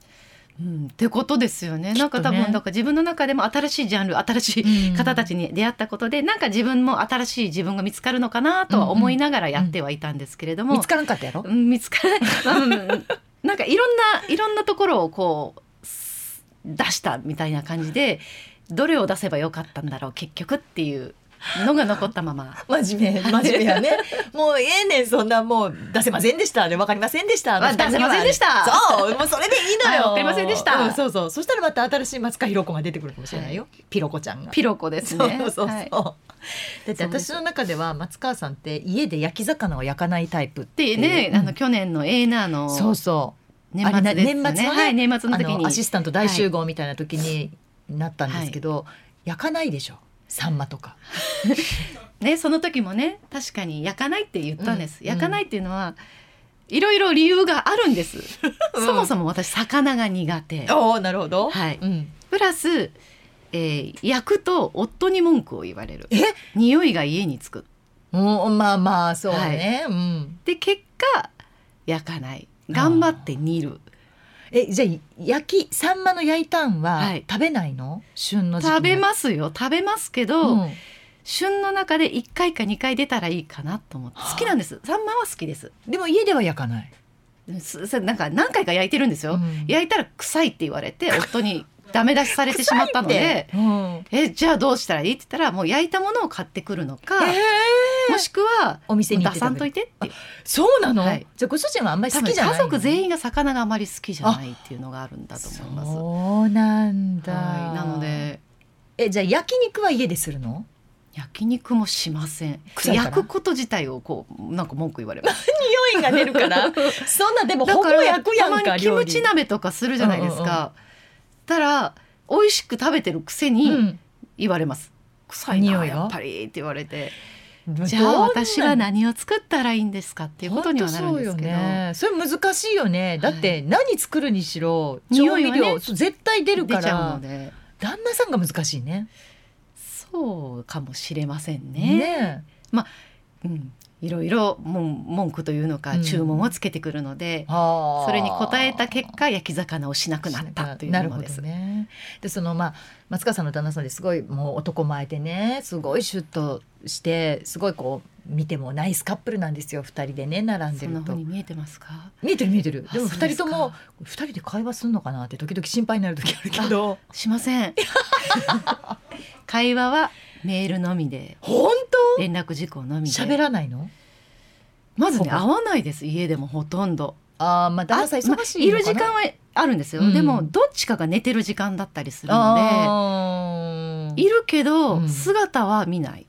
Speaker 4: うん、ってことですよね。な
Speaker 1: き
Speaker 4: んか
Speaker 1: っと
Speaker 4: 多
Speaker 1: ね
Speaker 4: 分なんか自分の中でも新しいジャンル、新し
Speaker 1: うん
Speaker 4: い 方たちに出会ったことで、なんか自分も新しい自分が見つかるのかなとは思いながらやってはいたんですけれども、
Speaker 1: 見つからんかったやろ、
Speaker 4: うん見つからない、 まあうんなんかいろんないろんなところをこうす出したみたいな感じでどれを出せばよかったんだろう結局っていうのが残ったまま。
Speaker 1: 真 面目真面目やねもうええねんそんなもう出せませんでしたあれわかりませんでしたあの
Speaker 4: まあ
Speaker 1: 二つには
Speaker 4: 出せませんでした
Speaker 1: そうもうそれでいいのよ
Speaker 4: はいわかりませんでした
Speaker 1: うんそうそうそしたらまた新しい松川博子が出てくるかもしれないよ、ピロコちゃんが
Speaker 4: ピロコです
Speaker 1: そう
Speaker 4: ね。
Speaker 1: そうそう、
Speaker 4: はい
Speaker 1: だって私の中では松川さんって家で焼き魚を焼かないタイプってい
Speaker 4: で
Speaker 1: う
Speaker 4: ね、あ
Speaker 1: う
Speaker 4: の
Speaker 1: ん
Speaker 4: 去年のエーナーの
Speaker 1: そうそう
Speaker 4: 年末ですね。
Speaker 1: あ年末のね
Speaker 4: はい、年末の時
Speaker 1: あ
Speaker 4: に
Speaker 1: のアシスタント大集合みたいな時になったんですけど、焼かないでしょサンマとか
Speaker 4: ね、その時もね確かに焼かないって言ったんです、
Speaker 1: うん
Speaker 4: 焼かないっていうのはいろいろ理由があるんです、
Speaker 1: うん
Speaker 4: そもそも私魚が苦手
Speaker 1: おおなるほど
Speaker 4: はい
Speaker 1: うん、
Speaker 4: プラス、えー焼くと夫に文句を言われる
Speaker 1: え
Speaker 4: 匂いが家につく
Speaker 1: もうまあまあそうね、うん
Speaker 4: で結果焼かない頑張って煮る
Speaker 1: えじゃあ焼きサンマの焼いたんは
Speaker 4: はい
Speaker 1: 食べないの、旬の時期
Speaker 4: 食べますよ食べますけ
Speaker 1: す
Speaker 4: ど、旬の中で1回か2回出たらいいかなと思って好きなんですサンマは好きです
Speaker 1: でも家では焼かない、
Speaker 4: すすなんか何回か焼いてるんです
Speaker 1: う
Speaker 4: よ、
Speaker 1: ん
Speaker 4: 焼いたら臭いって言われて夫にダメ出しされてしまったので
Speaker 1: うん、え
Speaker 4: えじゃあどうしたらいいって言ったらもう焼いたものを買ってくるのか、もしくは
Speaker 1: お店に行って
Speaker 4: 出さ
Speaker 1: 食
Speaker 4: んと
Speaker 1: べる
Speaker 4: いてって
Speaker 1: そうなの、
Speaker 4: はい
Speaker 1: じゃあご主人はあんまり
Speaker 4: 多
Speaker 1: 好
Speaker 4: 分
Speaker 1: きじゃない
Speaker 4: 家族全
Speaker 1: 員
Speaker 4: 員が魚があまり好きじゃないっていうのがあるんだと思います。は
Speaker 1: そうなん
Speaker 4: い
Speaker 1: だ、、
Speaker 4: なので
Speaker 1: えじゃあ焼肉は家でするの
Speaker 4: 焼肉もしません
Speaker 1: 臭いから
Speaker 4: 焼くこと自体をこうなんか文句言われます
Speaker 1: 匂いが出るから そんなでも
Speaker 4: だ
Speaker 1: ほぼ
Speaker 4: から
Speaker 1: 焼くや
Speaker 4: た
Speaker 1: んか
Speaker 4: まにキ
Speaker 1: 料
Speaker 4: ム
Speaker 1: 理
Speaker 4: チ鍋とかするじゃないです
Speaker 1: うんうん
Speaker 4: か、たら美味しく食べてるくせに、
Speaker 1: うん
Speaker 4: 言われます臭い
Speaker 1: 匂
Speaker 4: ない
Speaker 1: が
Speaker 4: やっぱりって言われて
Speaker 1: どんな
Speaker 4: じゃあ私は何を作ったらいいんですかっていうことにはなるんですけど、
Speaker 1: 本当そうよね、それ難しいよねだって何作るにしろ調
Speaker 4: 匂い
Speaker 1: 味
Speaker 4: はね
Speaker 1: 料、そう絶対出るか
Speaker 4: 出ちゃう
Speaker 1: ら
Speaker 4: ので
Speaker 1: 旦那さんが難しいね
Speaker 4: そうかもしれませんね。
Speaker 1: ね
Speaker 4: うん、いろいろもん文句というのか
Speaker 1: うん
Speaker 4: 注文をつけてくるので、
Speaker 1: はあ
Speaker 4: それに応えた結果焼き魚をしなくなったという
Speaker 1: な
Speaker 4: も
Speaker 1: る
Speaker 4: の
Speaker 1: ほ
Speaker 4: で
Speaker 1: ど
Speaker 4: す。
Speaker 1: ねでそのまあ松川さんの旦那さんですごいもう男前でねすごいシュッとしてすごいこう見てもナイスカップルなんですよ二人でね並んで
Speaker 4: そんな
Speaker 1: る
Speaker 4: 風
Speaker 1: と
Speaker 4: に見えてますか。
Speaker 1: 見えてる見えてる
Speaker 4: あ
Speaker 1: でも
Speaker 4: そう
Speaker 1: 二
Speaker 4: で
Speaker 1: 人
Speaker 4: すか
Speaker 1: とも二人で会話するのかなって時々心配になる時あるけど
Speaker 4: しません。会話はメールのみで
Speaker 1: 本
Speaker 4: 連絡事項の
Speaker 1: 当
Speaker 4: み
Speaker 1: 喋
Speaker 4: で。
Speaker 1: らないの
Speaker 4: まず
Speaker 1: ほ
Speaker 4: ね
Speaker 1: ぼ
Speaker 4: 会わないです家でもほとんど。
Speaker 1: あーまあ旦那さん
Speaker 4: あま
Speaker 1: 忙
Speaker 4: あ
Speaker 1: しい
Speaker 4: い
Speaker 1: の
Speaker 4: る
Speaker 1: か
Speaker 4: 時
Speaker 1: な
Speaker 4: 間はあるんですよ、
Speaker 1: うん
Speaker 4: でもどっちかが寝てる時間だったりするの
Speaker 1: あ
Speaker 4: でいるけど、
Speaker 1: うん
Speaker 4: 姿は見ない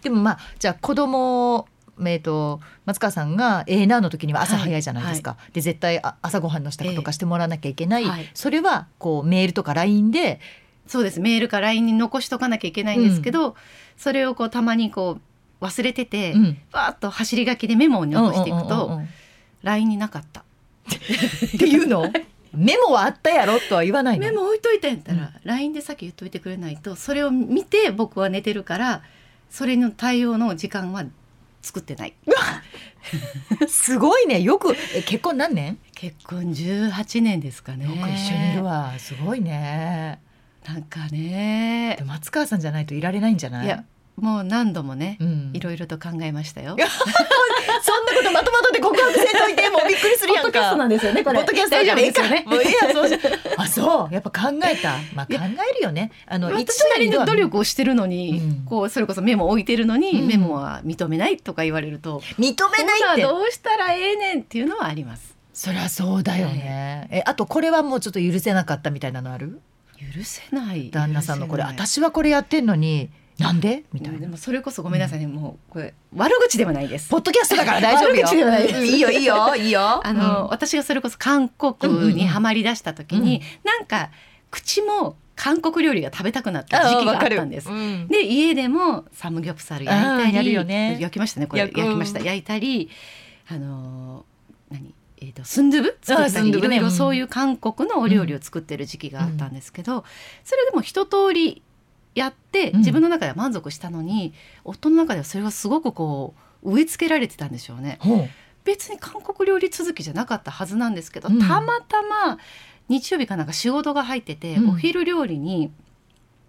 Speaker 1: ーでもまあじゃあ子供えー、と松川さんが「ええな」の時には朝早いじゃないですか、で絶対あ朝ごはんの支度とかしてもらわなきゃいけない、
Speaker 4: ええはい
Speaker 1: それはこうメールとか LINE で
Speaker 4: そうですメールか LINE に残しとかなきゃいけないんですけど、それをこうたまにこう忘れてて、
Speaker 1: 「うん
Speaker 4: バーッと走り書きでメモを残していく
Speaker 1: うんうんうん
Speaker 4: と
Speaker 1: うん
Speaker 4: LINE になかった
Speaker 1: っていうのメモはあったやろとは言わないの
Speaker 4: メモ置いといてんった
Speaker 1: うん
Speaker 4: ら、LINE でさっき言っといてくれないとそれを見て僕は寝てるからそれの対応の時間は作ってない
Speaker 1: すごいねよくえ結婚何年
Speaker 4: 結婚18年ですかね
Speaker 1: よく一緒にいるわすごいね
Speaker 4: なんかね
Speaker 1: でも松川さんじゃないといられないんじゃない
Speaker 4: いや、もう何度もね
Speaker 1: う、ん、
Speaker 4: いろいろと考えましたよ。
Speaker 1: そんなことまとまとで告白せんといてもうびっくりするやんか。
Speaker 4: んですよね、こ
Speaker 1: ポッドキャストじゃねえか。もうええやんそうじゃ あ、そう、やっぱ考えた。まあ、考
Speaker 4: いや
Speaker 1: えるよね。あの、
Speaker 4: 私なりの努力をしてるのに、
Speaker 1: うん
Speaker 4: こうそれこそメモ置いてるのに、
Speaker 1: うん
Speaker 4: メモは認めないとか言われると、
Speaker 1: 認め
Speaker 4: こん
Speaker 1: ない
Speaker 4: ん
Speaker 1: って。
Speaker 4: どうしたらええねんっていうのはあります。
Speaker 1: そりゃそうだよね。え、あと、これはもうちょっと許せなかったみたいなのある。
Speaker 4: 許せない
Speaker 1: 旦那さんのこれ、
Speaker 4: 許せない
Speaker 1: 私はこれやってんのに、なんでみたい
Speaker 4: で
Speaker 1: な。
Speaker 4: もそれこそごめんなさいね、もうこれ悪口ではないです
Speaker 1: ポッ。ドキャストだから大丈夫よ。
Speaker 4: 悪口ではないです
Speaker 1: うんいいよ、いいよ、いいよ。
Speaker 4: あの、私がそれこそ韓国にはまりだした時に、なんか口も韓国料理が食べたくなった時期があったんです
Speaker 1: う。ん。
Speaker 4: で家でもサムギョプサル焼
Speaker 1: あー
Speaker 4: いた
Speaker 1: や
Speaker 4: り
Speaker 1: るよね
Speaker 4: 焼きましたねこれ
Speaker 1: 焼
Speaker 4: 焼
Speaker 1: く
Speaker 4: きました焼いたりあのー何えー、とスンドゥブ作
Speaker 1: あー
Speaker 4: っ
Speaker 1: ス
Speaker 4: た
Speaker 1: ン
Speaker 4: りい
Speaker 1: ドゥブ
Speaker 4: ろ
Speaker 1: ね
Speaker 4: いろ
Speaker 1: うん
Speaker 4: そういう韓国のお料理を作ってる時期があったんですけど、それでも一通りやって
Speaker 1: うん
Speaker 4: 自分の中では満足したのに、夫の中ではそれがすごくこう植え付けられてたんでしょうね。
Speaker 1: ほう
Speaker 4: 別に韓国料理続きじゃなかったはずなんですけど、
Speaker 1: うん
Speaker 4: たまたま日曜日かなんか仕事が入ってて、
Speaker 1: うん
Speaker 4: お昼料理に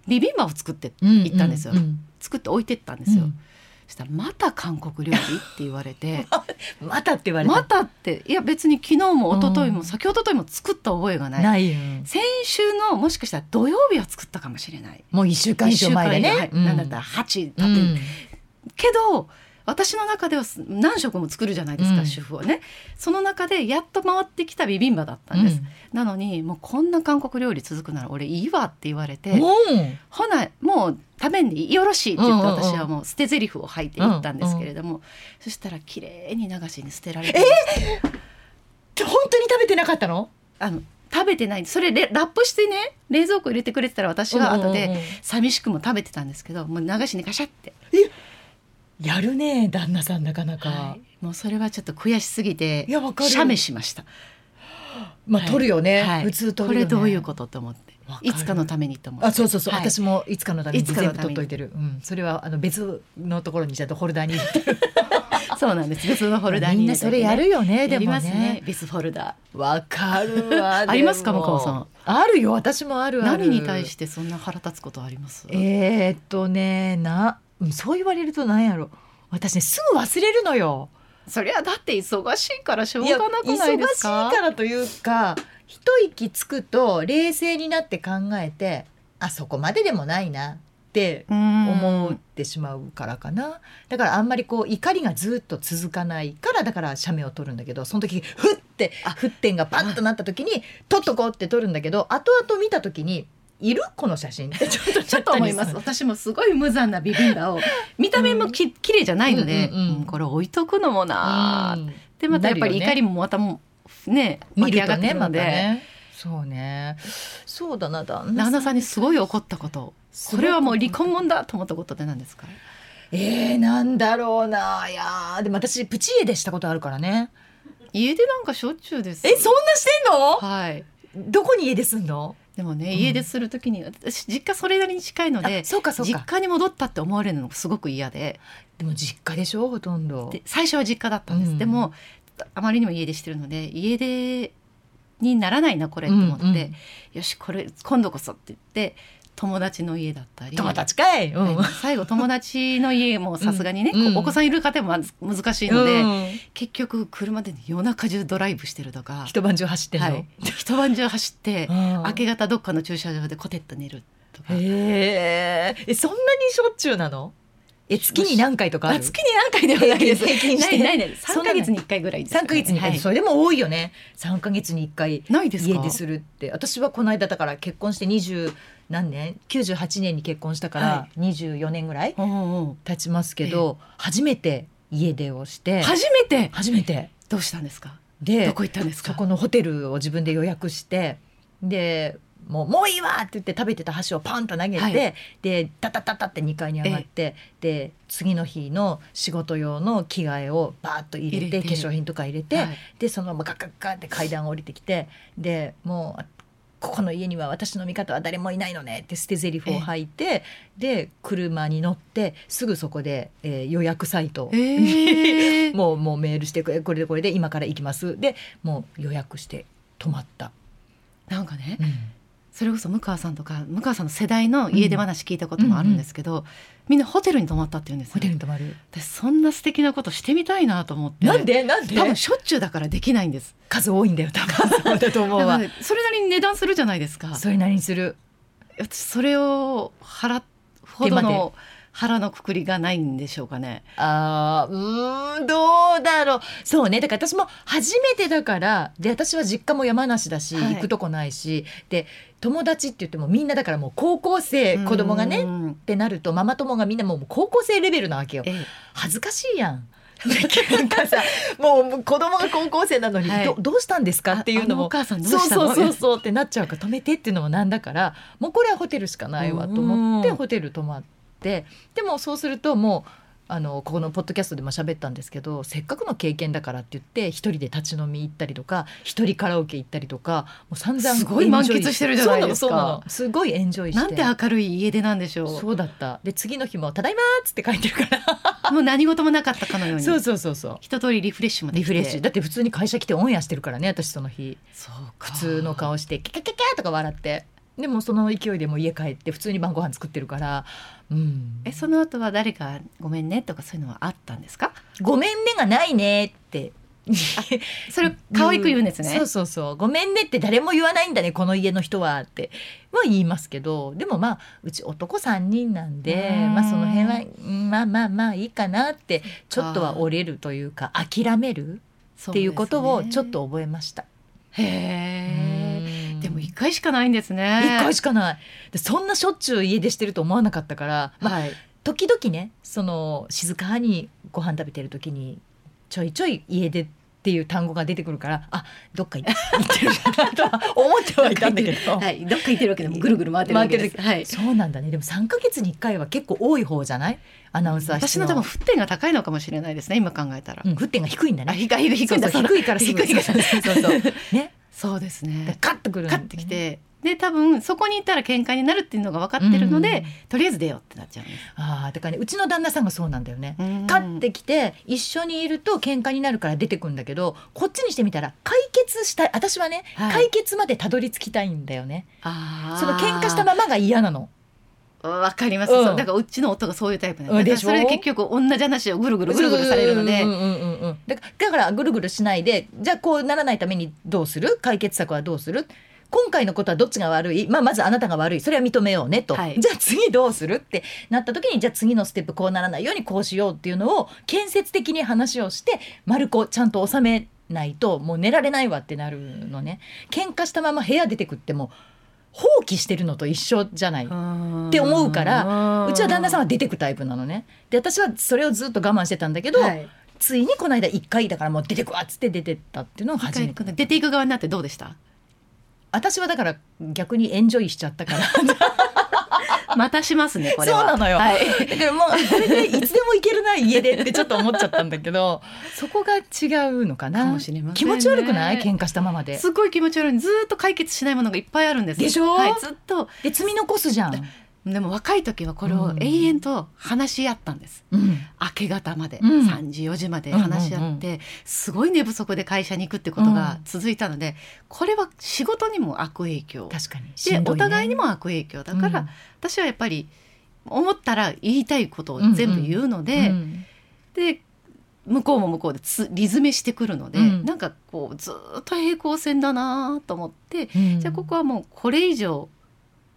Speaker 4: ビビンバを作って
Speaker 1: うん
Speaker 4: 行ったんですよ
Speaker 1: うん
Speaker 4: 作って置いてったんですよ、
Speaker 1: うん
Speaker 4: そしたら「また韓国料理?」って言わ れて
Speaker 1: またって言わ
Speaker 4: 「
Speaker 1: れた。
Speaker 4: また」っていや別に昨日も一昨日
Speaker 1: う
Speaker 4: も
Speaker 1: ん
Speaker 4: 先ほどとも作った覚えがない
Speaker 1: ない、うん
Speaker 4: 先週のもしかしたら土曜日は作ったかもしれない
Speaker 1: もう一週間以上前で
Speaker 4: 一週間
Speaker 1: ね
Speaker 4: 以。上はいなんだったら8
Speaker 1: う
Speaker 4: たって
Speaker 1: ん
Speaker 4: けど私の中では何食も作るじゃないですか、
Speaker 1: うん
Speaker 4: 主婦はねその中でやっと回ってきたビビンバだった
Speaker 1: うん
Speaker 4: です、
Speaker 1: ん
Speaker 4: なのにもうこんな韓国料理続くなら俺いいわって言われて
Speaker 1: も
Speaker 4: ほなもう食べんでいいよろしいって言って
Speaker 1: うんうんうん
Speaker 4: 私はもう捨て台詞を吐いていったんですけれども、そしたら綺麗に流しに捨てられて
Speaker 1: う本当に食べてなかったの？
Speaker 4: あの食べてないそれレラップしてね冷蔵庫入れてくれてたら私は後
Speaker 1: うんうんう
Speaker 4: で
Speaker 1: ん
Speaker 4: 寂しくも食べてたんですけどもう流しにガシャって、
Speaker 1: やるね旦那さんなかなか。
Speaker 4: はいもうそれはちょっと悔しすぎて
Speaker 1: いやわかる
Speaker 4: 写メしました。
Speaker 1: まあ
Speaker 4: はい
Speaker 1: 取るよね。
Speaker 4: はい
Speaker 1: 普通取
Speaker 4: こ
Speaker 1: るよ、
Speaker 4: れ
Speaker 1: ね。
Speaker 4: どういうことと思って
Speaker 1: わかる
Speaker 4: いつかのためにと思って
Speaker 1: あそうそうそう、
Speaker 4: はい
Speaker 1: 私もいつかのために
Speaker 4: いつ
Speaker 1: 全
Speaker 4: かの
Speaker 1: 部
Speaker 4: ため
Speaker 1: 取っ
Speaker 4: に
Speaker 1: といてる、うん、それはあの別のところにちゃんとホルダ ーに入れてる
Speaker 4: そうなんです別のフォルダー
Speaker 1: み
Speaker 4: に
Speaker 1: ん
Speaker 4: 入
Speaker 1: な
Speaker 4: れ
Speaker 1: そ
Speaker 4: たりね
Speaker 1: れやるよねで
Speaker 4: やり
Speaker 1: も
Speaker 4: ますね
Speaker 1: ね
Speaker 4: 別フォルダ
Speaker 1: わかるわ
Speaker 4: ありますか
Speaker 1: でも
Speaker 4: 向川さん
Speaker 1: あるよ私もあ
Speaker 4: ー
Speaker 1: るある
Speaker 4: 何に対してそんな腹立つことあります
Speaker 1: えーっとねなうんそう言われるとなんやろ私ねすぐ忘れるのよ
Speaker 4: そりゃだって忙しいからしょうがなくないで
Speaker 1: い
Speaker 4: す
Speaker 1: や忙
Speaker 4: か
Speaker 1: しいからというか一息つくと冷静になって考えてあそこまででもないなって思ってしまうからかな、だからあんまりこう怒りがずっと続かないからだから写メを取るんだけどその時ふって
Speaker 4: あ
Speaker 1: 沸点がパッとなった時に取っとこうって取るんだけど後々見た時にいるこの写 真ってちょっと
Speaker 4: ちょっと思います私もすごい無残なビビンバを見た目もき綺麗じゃないので、
Speaker 1: うんうんうん
Speaker 4: うんこれ置いとくのもなー
Speaker 1: うん
Speaker 4: でまたやっぱ
Speaker 1: なるよ
Speaker 4: り
Speaker 1: ね
Speaker 4: 怒りもまたもうね
Speaker 1: 見
Speaker 4: 湧き
Speaker 1: る
Speaker 4: 上が
Speaker 1: と
Speaker 4: って
Speaker 1: ね
Speaker 4: くる
Speaker 1: また
Speaker 4: ので、
Speaker 1: ねそうねそうだな旦那
Speaker 4: 旦
Speaker 1: さ
Speaker 4: 那
Speaker 1: ん
Speaker 4: さんにすごい怒ったことこれはもう離婚もんだと思ったことって何ですか
Speaker 1: えー、なんだろうないやーでも私プチ家でしたことあるからね
Speaker 4: 家でなんかしょっちゅうです
Speaker 1: えそんなしてん
Speaker 4: はい
Speaker 1: のどこに家ですんの
Speaker 4: でもね、
Speaker 1: うん
Speaker 4: 家出するときに私実家それなりに近いので
Speaker 1: あそうかそう
Speaker 4: 実
Speaker 1: か
Speaker 4: 家に戻ったって思われるのがすごく嫌で
Speaker 1: でも実家でしょほとんど
Speaker 4: で最初は実家だったんです、
Speaker 1: うん
Speaker 4: でもあまりにも家出してるので家出にならないなこれと思って、
Speaker 1: うんうん
Speaker 4: よしこれ今度こそって言って友達の家だったり
Speaker 1: 友達かい、う
Speaker 4: はい
Speaker 1: ん
Speaker 4: 最後友達の家もさすがにね、
Speaker 1: うん
Speaker 4: こうお子さんいる家庭も難しいので、
Speaker 1: うん
Speaker 4: 結局車で夜中中ドライブしてるとか、
Speaker 1: 一晩中走ってんの、
Speaker 4: はい、一晩中走って
Speaker 1: うん
Speaker 4: 明け方どっかの駐車場でコテッと寝るとか。
Speaker 1: へーえそんなにしょっちゅうなのえ月に何回とかある
Speaker 4: あ月に何回ではないです。
Speaker 1: 平均平均し
Speaker 4: な
Speaker 1: て
Speaker 4: いないない。
Speaker 1: そ
Speaker 4: 3
Speaker 1: んな
Speaker 4: ヶ
Speaker 1: ない
Speaker 4: 月に1回ぐらいですか
Speaker 1: 三
Speaker 4: ね。
Speaker 1: ヶ月に一回、
Speaker 4: はい
Speaker 1: それでも多いよね三ヶ月に一回
Speaker 4: ないですか。
Speaker 1: 家でするって私はこの間だから結婚して二十何年98年に結婚したから
Speaker 4: は
Speaker 1: 24年ぐらい
Speaker 4: うんうんうん
Speaker 1: 経ちますけど、初めて家出をして
Speaker 4: 初めて
Speaker 1: 初めて
Speaker 4: どうしたんですか。
Speaker 1: で
Speaker 4: どこ行ったんで
Speaker 1: そ
Speaker 4: すか
Speaker 1: こ。のホテルを自分で予約してでもう「もういいわ!」って言って食べてた箸をパンと投げて、
Speaker 4: はい
Speaker 1: でタタタタって2階に上がってで次の日の仕事用の着替えをバーッと入れて
Speaker 4: 入れて
Speaker 1: 化粧品とか入れて、
Speaker 4: はい
Speaker 1: でそのままガッガッガッって階段を降りてきてでもうここの家には私の味方は誰もいないのねって捨て台詞を吐いてで車に乗ってすぐそこで、えー予約サイト
Speaker 4: ええ
Speaker 1: もうもうメールしてえこれでこれで今から行きますでもう予約して泊まった、
Speaker 4: なんかね、それこそ向川さんとか向川さんの世代の家出話聞いたこともあるんですけど、みんなホテルに泊まったって言うんです
Speaker 1: ホ
Speaker 4: よ
Speaker 1: テルに
Speaker 4: ね。
Speaker 1: 泊まる、
Speaker 4: 私そんな素敵なことしてみたいなと思って。
Speaker 1: なんでなんで
Speaker 4: 多分しょっちゅうだからできないんです。
Speaker 1: 数多いんだよ多分 そうだと思う
Speaker 4: だか
Speaker 1: わ
Speaker 4: らそれなりに値段するじゃないですか。
Speaker 1: それなりにする
Speaker 4: 私それを払っほどの腹のくくりがないんでしょうかね。
Speaker 1: あーうーんどうだろうそうねだから私も初めてだからで私は実家も山梨だし、
Speaker 4: はい
Speaker 1: 行くとこないしで友達って言ってもみんなだからもう高校生子供がね
Speaker 4: う
Speaker 1: っ
Speaker 4: ん
Speaker 1: てなるとママ友がみんなもう高校生レベルなわけよ
Speaker 4: ええ
Speaker 1: 恥ずかしいやん。 なんかさもうもう子供が高校生なのに、
Speaker 4: はい
Speaker 1: どどうしたんですかっていうの
Speaker 4: ああお
Speaker 1: も
Speaker 4: 母さんどう
Speaker 1: そう
Speaker 4: したの
Speaker 1: そうそうそうってなっちゃうから止めてっていうのもなんだからもうこれはホテルしかないわと思って
Speaker 4: うん
Speaker 1: ホテル泊まってでもそうするともうあのここのポッドキャストでも喋ったんですけどせっかくの経験だからって言って一人で立ち飲み行ったりとか一人カラオケ行ったりとかもう散々
Speaker 4: すごい
Speaker 1: エンジョイ
Speaker 4: 満喫してるじゃないです
Speaker 1: そ
Speaker 4: か
Speaker 1: うなのそうなのすごいエンジョイして
Speaker 4: なんて明るい家出なんでしょう。
Speaker 1: そうだったで次の日も「ただいま」っつって書いてるから
Speaker 4: もう何事もなかったかのように。
Speaker 1: そうそうそうそう
Speaker 4: 一通りリフレッシュもで
Speaker 1: リ
Speaker 4: き
Speaker 1: フ
Speaker 4: て
Speaker 1: レッシュだって普通に会社来てオンエアしてるからね私その日
Speaker 4: そうか
Speaker 1: 普通の。顔してキャキャキャキャとか笑ってでもその勢いでもう家帰って普通に晩ご飯作ってるから、うん、
Speaker 4: えその後は誰かごめんねとかそういうのはあったんですか
Speaker 1: ごめんねがないねって
Speaker 4: それを可愛く言うんで
Speaker 1: そ
Speaker 4: すね
Speaker 1: うそうそうごめんねって誰も言わないんだねこの家の人はっては言いますけどでもまあうち男3人なんで
Speaker 4: うん
Speaker 1: まあその辺はうんまあまあまあいいかなってちょっとは折れるというか諦める
Speaker 4: そ
Speaker 1: っていうことを
Speaker 4: ですね
Speaker 1: ちょっと覚えました。う
Speaker 4: へえ
Speaker 1: ん
Speaker 4: でも一回しかないんですね
Speaker 1: 一回しかないでそんなしょっちゅう家出してると思わなかったから、まあ、
Speaker 4: はい
Speaker 1: 時々ねその静かにご飯食べてる時にちょいちょい家出っていう単語が出てくるからあどっか行ってるなとは思ってはいたんだけど、
Speaker 4: はい、どっか行ってるわけでもぐるぐる回ってるわけです。はい。
Speaker 1: そうなんだねでも3ヶ月に1回は結構多い方じゃないアナウンサー
Speaker 4: 私の多分沸点が高いのかもしれないですね。今考えたら。
Speaker 1: うん、沸点が低いんだ
Speaker 4: あ、
Speaker 1: ね
Speaker 4: 低い低い低いんだ。
Speaker 1: そうそう低いからすぐ
Speaker 4: 低いから
Speaker 1: そうそうそう そうね
Speaker 4: そうですね。
Speaker 1: カッとくるんだ
Speaker 4: か
Speaker 1: よ
Speaker 4: か
Speaker 1: ね
Speaker 4: ってきて、で多分そこにいたら喧嘩になるっていうのが分かってるので、とりあえず出ようってなっちゃうんです。
Speaker 1: ああだからねうちの旦那さんがそうなんだよね勝ってきて一緒にいると喧嘩になるから出てくんだけどこっちにしてみたら解決したい私はね、
Speaker 4: はい
Speaker 1: 解決までたどり着きたいんだよね
Speaker 4: あー
Speaker 1: その喧嘩したままが嫌なの
Speaker 4: わかります、
Speaker 1: うん
Speaker 4: そうだからうちの夫がそういうタイプなん
Speaker 1: うん
Speaker 4: で
Speaker 1: で
Speaker 4: だ
Speaker 1: し
Speaker 4: か
Speaker 1: ょ
Speaker 4: らそれで結局同じ話をぐるぐるぐるぐるされるので、
Speaker 1: うんうんうんうんだからだからぐるぐるしないでじゃあこうならないためにどうする解決策はどうする今回のことはどっちが悪い、まあ、まずあなたが悪いそれは認めようねと、
Speaker 4: はい
Speaker 1: じゃあ次どうするってなった時にじゃあ次のステップこうならないようにこうしようっていうのを建設的に話をして丸くちゃんと収めないともう寝られないわってなるのね喧嘩したまま部屋出てくっても放棄してるのと一緒じゃない、って思うからうちは旦那さん
Speaker 4: ん
Speaker 1: は出てくタイプなのねで私はそれをずっと我慢してたんだけど、
Speaker 4: はい
Speaker 1: ついにこの間一回だからもう出てくわっつって出てったっていうのを初めて
Speaker 4: 出ていく側になってどう でした
Speaker 1: 私はだから逆にエンジョイしちゃったから
Speaker 4: またしますね
Speaker 1: そ
Speaker 4: こ
Speaker 1: う
Speaker 4: れは
Speaker 1: なのよ、
Speaker 4: はい、
Speaker 1: だからもうこれでいつでも行けるな家でってちょっと思っちゃったんだけ どそこが違うのかな
Speaker 4: かもしれませんね
Speaker 1: 気持ち悪くない喧嘩したまま です
Speaker 4: ごい気持ち悪いずーっと解決しないものがいっぱいあるんです
Speaker 1: でしょ
Speaker 4: はい、ずっと
Speaker 1: で積み残すじゃん、
Speaker 4: でも若い時はこれを永遠と話し合ったんです、
Speaker 1: うん、
Speaker 4: 明け方まで、
Speaker 1: うん
Speaker 4: 3時4時まで話し合って、すごい寝不足で会社に行くってことが続いたので、これは仕事にも悪影響
Speaker 1: 確かに
Speaker 4: で、お互いに
Speaker 1: も
Speaker 4: も悪影響だから、私はやっぱり思ったら言いたいことを全部言うので、で向こうも向こうでつ理詰めしてくるので、
Speaker 1: うん
Speaker 4: なんかこうずーっと平行線だなと思ってじゃあここはもうこれ以上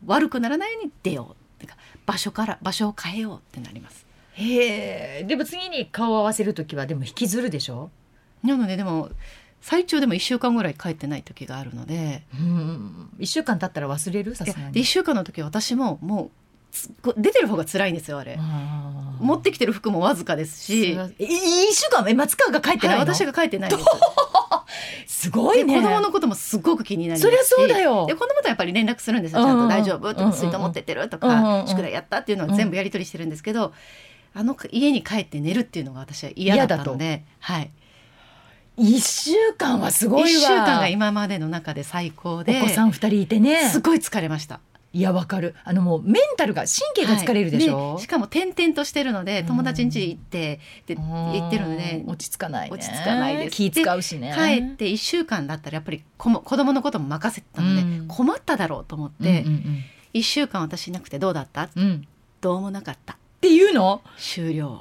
Speaker 4: 悪くならないように出ようてか場所から場所を変えようってなります。
Speaker 1: へえでも次に顔を合わせる時はでも引きずるでしょ、
Speaker 4: なのででも最長でも1週間ぐらい帰ってない時があるので
Speaker 1: うん、1週間経ったら忘れるさ
Speaker 4: い
Speaker 1: す
Speaker 4: や
Speaker 1: が
Speaker 4: で1
Speaker 1: に。
Speaker 4: 週間の時は私ももうつこう出てる方が辛いんですよあれ。持ってきてる服もわずかですし、はい、
Speaker 1: え一週間え松川が帰ってないの、
Speaker 4: 私が帰ってないんです。
Speaker 1: すごいね
Speaker 4: で子供のこともすごく気になりますし
Speaker 1: そりゃそうだよ
Speaker 4: で子供とやっぱり連絡するんですよ
Speaker 1: う
Speaker 4: ち
Speaker 1: んう
Speaker 4: ゃ
Speaker 1: ん
Speaker 4: ん
Speaker 1: うん
Speaker 4: と「大丈夫?」と
Speaker 1: うんうんう
Speaker 4: か「
Speaker 1: ん
Speaker 4: 水筒持ってってる?」と
Speaker 1: うんうんう
Speaker 4: か
Speaker 1: ん
Speaker 4: 「宿題やった?」っていうのは全部やり取りしてるんですけどあの家に帰って寝るっていうのが私は嫌だったので、はい、
Speaker 1: 一週間はすごいわ
Speaker 4: 1週間が今までの中で最高で
Speaker 1: お子さん二人いてね
Speaker 4: すごい疲れました。
Speaker 1: いやわかるあのもうメンタルが神経が疲れるでしょ、
Speaker 4: はいねしかも転々としてるので友達ん家行ってで行ってるので
Speaker 1: うん落ち着かないね
Speaker 4: 落ち着かないです
Speaker 1: 気使うしね
Speaker 4: 帰って1週間だったらやっぱり子も子供のことも任せてたので、
Speaker 1: うん
Speaker 4: 困っただろうと思っ
Speaker 1: うんうん
Speaker 4: て、1週間私いなくてどうだった
Speaker 1: うんうんっ
Speaker 4: どうもなかった
Speaker 1: ていうの
Speaker 4: 終了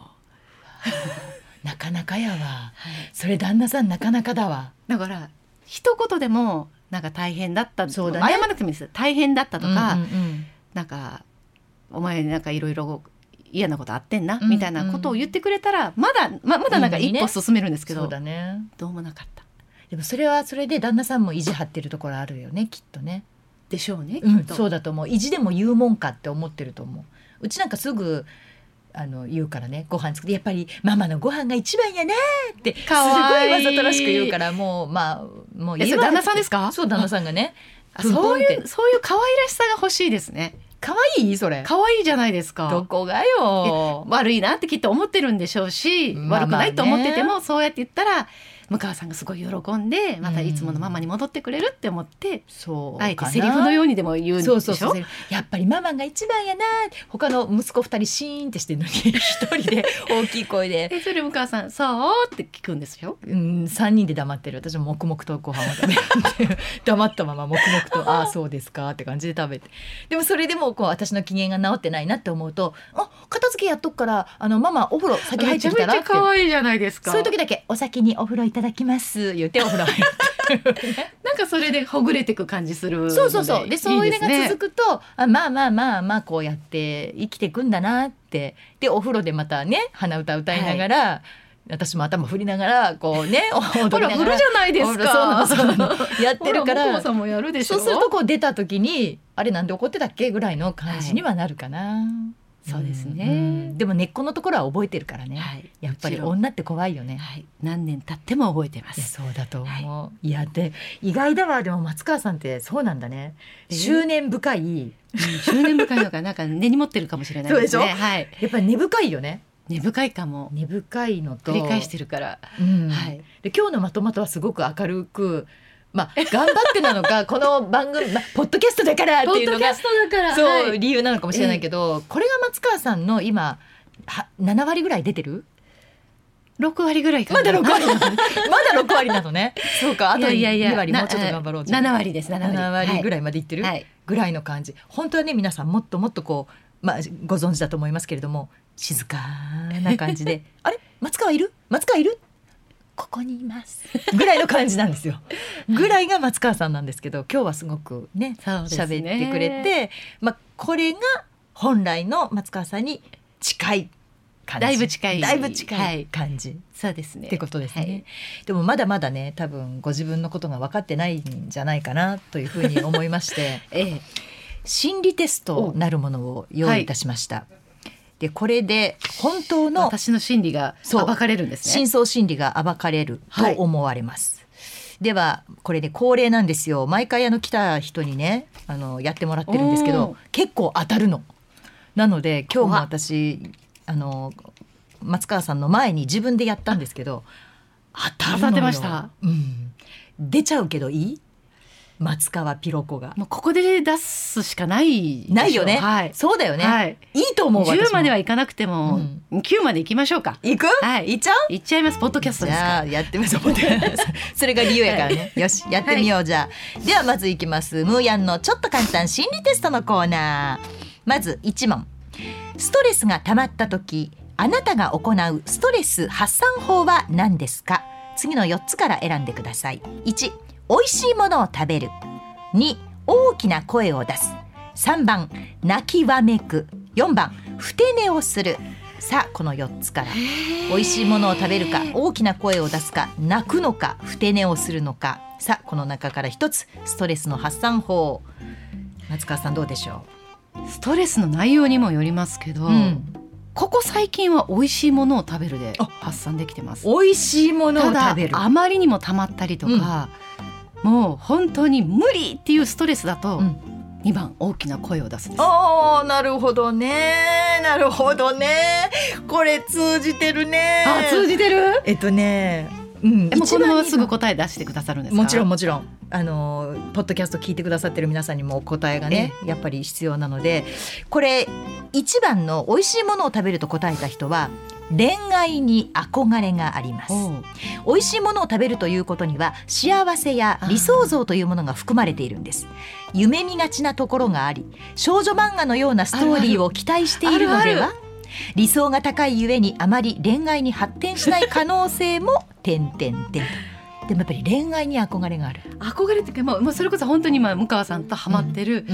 Speaker 1: なかなかやわそれ旦那さんなかなかだわ
Speaker 4: だから一言でもなんか大変だった
Speaker 1: そうだね
Speaker 4: 謝らなくてもいいです大変だったとか、
Speaker 1: うんうんうん
Speaker 4: なんかお前なんかいろいろ嫌なことあってんな、
Speaker 1: うん
Speaker 4: みたいなことを言ってくれたらまだままだなんか
Speaker 1: いい
Speaker 4: 一
Speaker 1: ね
Speaker 4: 歩進めるんですけど、
Speaker 1: そうだね
Speaker 4: どうもなかった
Speaker 1: でもそれはそれで旦那さんも意地張ってるところあるよねきっとね
Speaker 4: でしょうね、
Speaker 1: うん、
Speaker 4: きっと
Speaker 1: そうだと思う意地でも言うもんかって思ってると思ううちなんかすぐあの言うからねご飯作ってやっぱりママのご飯が一番やねってすごい
Speaker 4: かわいい
Speaker 1: わざとらしく言うからもうまあもう
Speaker 4: えそれ
Speaker 1: わ
Speaker 4: 旦那さんですか
Speaker 1: そう旦那さんがね
Speaker 4: あ
Speaker 1: プンプン
Speaker 4: そうい
Speaker 1: っ
Speaker 4: うそういう可愛らしさが欲しいですね
Speaker 1: 可愛いそれ
Speaker 4: 可愛いじゃないですか
Speaker 1: どこがよ
Speaker 4: 悪いなってきっと思ってるんでしょうし、
Speaker 1: まあまあね
Speaker 4: 悪くないと思っててもそうやって言ったら向川さんがすごい喜んでまたいつものママに戻ってくれるって思って、
Speaker 1: そう
Speaker 4: あえてセリフのよ
Speaker 1: う
Speaker 4: うにでも言うんでし
Speaker 1: そ
Speaker 4: ょ
Speaker 1: うそうそうやっぱりママが一番やな他の息子二人シーンってしてるのに一人で大きい声で、
Speaker 4: えそれ向川さん「そう?」って聞くんですよ。
Speaker 1: うん、三人で黙ってる私も黙々とご飯を食べて黙ったまま黙々と「ああそうですか」って感じで食べてでもそれでもこう私の機嫌が治ってないなって思うと「あ片付けやっとくからあのママお風呂先入ってきたら」って
Speaker 4: 愛いじゃないです
Speaker 1: そういう時だけ「お先にお風呂いただきます」言ってお風呂入る。
Speaker 4: なんかそれでほぐれてく感じするの
Speaker 1: そうそうそう。で、そういうの
Speaker 4: いい
Speaker 1: が
Speaker 4: ですね
Speaker 1: 続くと、あまあまあまあまあ、こうやって生きていくんだなって。で、お風呂でまたね、鼻歌歌いながら、私も頭振りながら、こうね、 踊り
Speaker 4: ほら、
Speaker 1: な
Speaker 4: 振
Speaker 1: が
Speaker 4: る
Speaker 1: ら
Speaker 4: じ。ゃないですか。
Speaker 1: そうなのそうな のやってるか
Speaker 4: ほ向こ
Speaker 1: ら
Speaker 4: うさんもやるでしょ。
Speaker 1: そうするとこう出た時にあれなんで怒ってたっけぐらいの感じにはなるかな、
Speaker 4: そうですね
Speaker 1: うんでも根っこのところは覚えてるからね、
Speaker 4: はい、
Speaker 1: やっぱり
Speaker 4: もちろん
Speaker 1: 女って怖いよね
Speaker 4: はい、何年経っても覚えてま
Speaker 1: いや
Speaker 4: す。
Speaker 1: そうだと思う、い、やで意外だわでも松川さんってそうなんだね
Speaker 4: え
Speaker 1: 執念深い
Speaker 4: 執念深いのがなんか根に持ってるかもしれないですね。
Speaker 1: そうでし
Speaker 4: はい、
Speaker 1: やっぱり根深いよね
Speaker 4: 根深いかも。
Speaker 1: 根深いのと
Speaker 4: 繰り返してるから、
Speaker 1: うん
Speaker 4: はい、
Speaker 1: で今日のまとまとはすごく明るくまあ頑張ってなのかこの番組、まあ、ポッドキャストだからっていうのが
Speaker 4: トだか
Speaker 1: そう、
Speaker 4: はい
Speaker 1: 理由なのかもしれないけど、これが松川さんの今は7割ぐらい出てる
Speaker 4: 六割ぐらいかな
Speaker 1: まだ6割なの まだ6割なのねそうかあと
Speaker 4: いやいやいや
Speaker 1: 2割もうちょっと頑張ろうじゃん
Speaker 4: なあ7割です7割
Speaker 1: 7割ぐ
Speaker 4: らい
Speaker 1: らいまでいってる、
Speaker 4: はい、はい
Speaker 1: ぐらいの感じ本当はね皆さんもっともっとこう、まあ、ご存知だと思いますけれども静かな感じ で「あれ松川いる松川いるここにいます」ぐらいの感じなんですよ。ぐらいが松川さんなんですけど今日はすごくね
Speaker 4: そうですね
Speaker 1: 喋ってくれて、まあ、これが本来の松川さんに近い感じ
Speaker 4: だいぶ近い
Speaker 1: だいぶ近
Speaker 4: はいい
Speaker 1: 感じ。
Speaker 4: そうですね
Speaker 1: ってことですね、
Speaker 4: はい
Speaker 1: でもまだまだね多分ご自分のことが分かってないんじゃないかなというふうに思いま して。
Speaker 4: ええ
Speaker 1: 心理テストなるものを用意いたしました。でこれで本当の
Speaker 4: 私の心理が
Speaker 1: そう
Speaker 4: 暴かれるんですね
Speaker 1: 真相心理が暴かれると思われます。ではこれで恒例なんですよ毎回あの来た人にねあのやってもらってるんですけ
Speaker 4: お
Speaker 1: ど
Speaker 4: ー
Speaker 1: 結構当たるの。なので今日も
Speaker 4: 怖っ
Speaker 1: 私あの松川さんの前に自分でやったんですけど当たるのよ
Speaker 4: 当たってました、
Speaker 1: うん、出ちゃうけどいい松川ピロコが。
Speaker 4: もうここで出すしかないでしょう
Speaker 1: ないよね、
Speaker 4: はい、
Speaker 1: そうだよね、
Speaker 4: はい、
Speaker 1: いいと思う私も
Speaker 4: 10まではいかなくても、9まで行きましょうか
Speaker 1: 行く、
Speaker 4: はい
Speaker 1: 行っちゃう
Speaker 4: 行っちゃいますポッドキャスト
Speaker 1: じ
Speaker 4: ですから
Speaker 1: ゃあやってみようと思ってそれが理由やからね、よしやってみよう、じゃあではまずいきますムーヤンのちょっと簡単心理テストのコーナーまず1問ストレスが溜まった時あなたが行うストレス発散法は何ですか次の4つから選んでください1美味しいものを食べる2大きな声を出す3番泣きわめく4番ふて寝をするさあこの4つから美味しいものを食べるか大きな声を出すか泣くのかふて寝をするのかさあこの中から一つストレスの発散法松川さんどうでしょ
Speaker 4: ストレスの内容にもよりますけど、
Speaker 1: う、うん、
Speaker 4: ここ最近は美味しいものを食べるで発散できてます
Speaker 1: 美味しいものを
Speaker 4: ただ
Speaker 1: 食べる
Speaker 4: あまりにも溜まったりとか、もう本当に無理っていうストレスだと、
Speaker 1: う
Speaker 4: 二
Speaker 1: ん
Speaker 4: 2番大きな声を出すです
Speaker 1: おーなるほどねなるほどねこれ通じてるね
Speaker 4: あ通じてる
Speaker 1: えっとねうん
Speaker 4: えもうこのまますすぐ答え出してくださるんですか
Speaker 1: もちろんもちろんあのーポッドキャスト聞いてくださってる皆さんにもお答えがねやっぱり必要なのでこれ一番の美味しいものを食べると答えた人は恋愛に憧れがあります
Speaker 4: おう
Speaker 1: 美味しいものを食べるということには幸せや理想像というものが含まれているんです夢見がちなところがあり少女漫画のようなストーリーを期待しているの
Speaker 4: あ
Speaker 1: で
Speaker 4: るあ
Speaker 1: は理想が高いゆえにあまり恋愛に発展しない可能性も点々点とでもやっぱり恋愛に憧れがある、
Speaker 4: 憧れてかもうもうそれこそ本当に今向川さんとハマってる、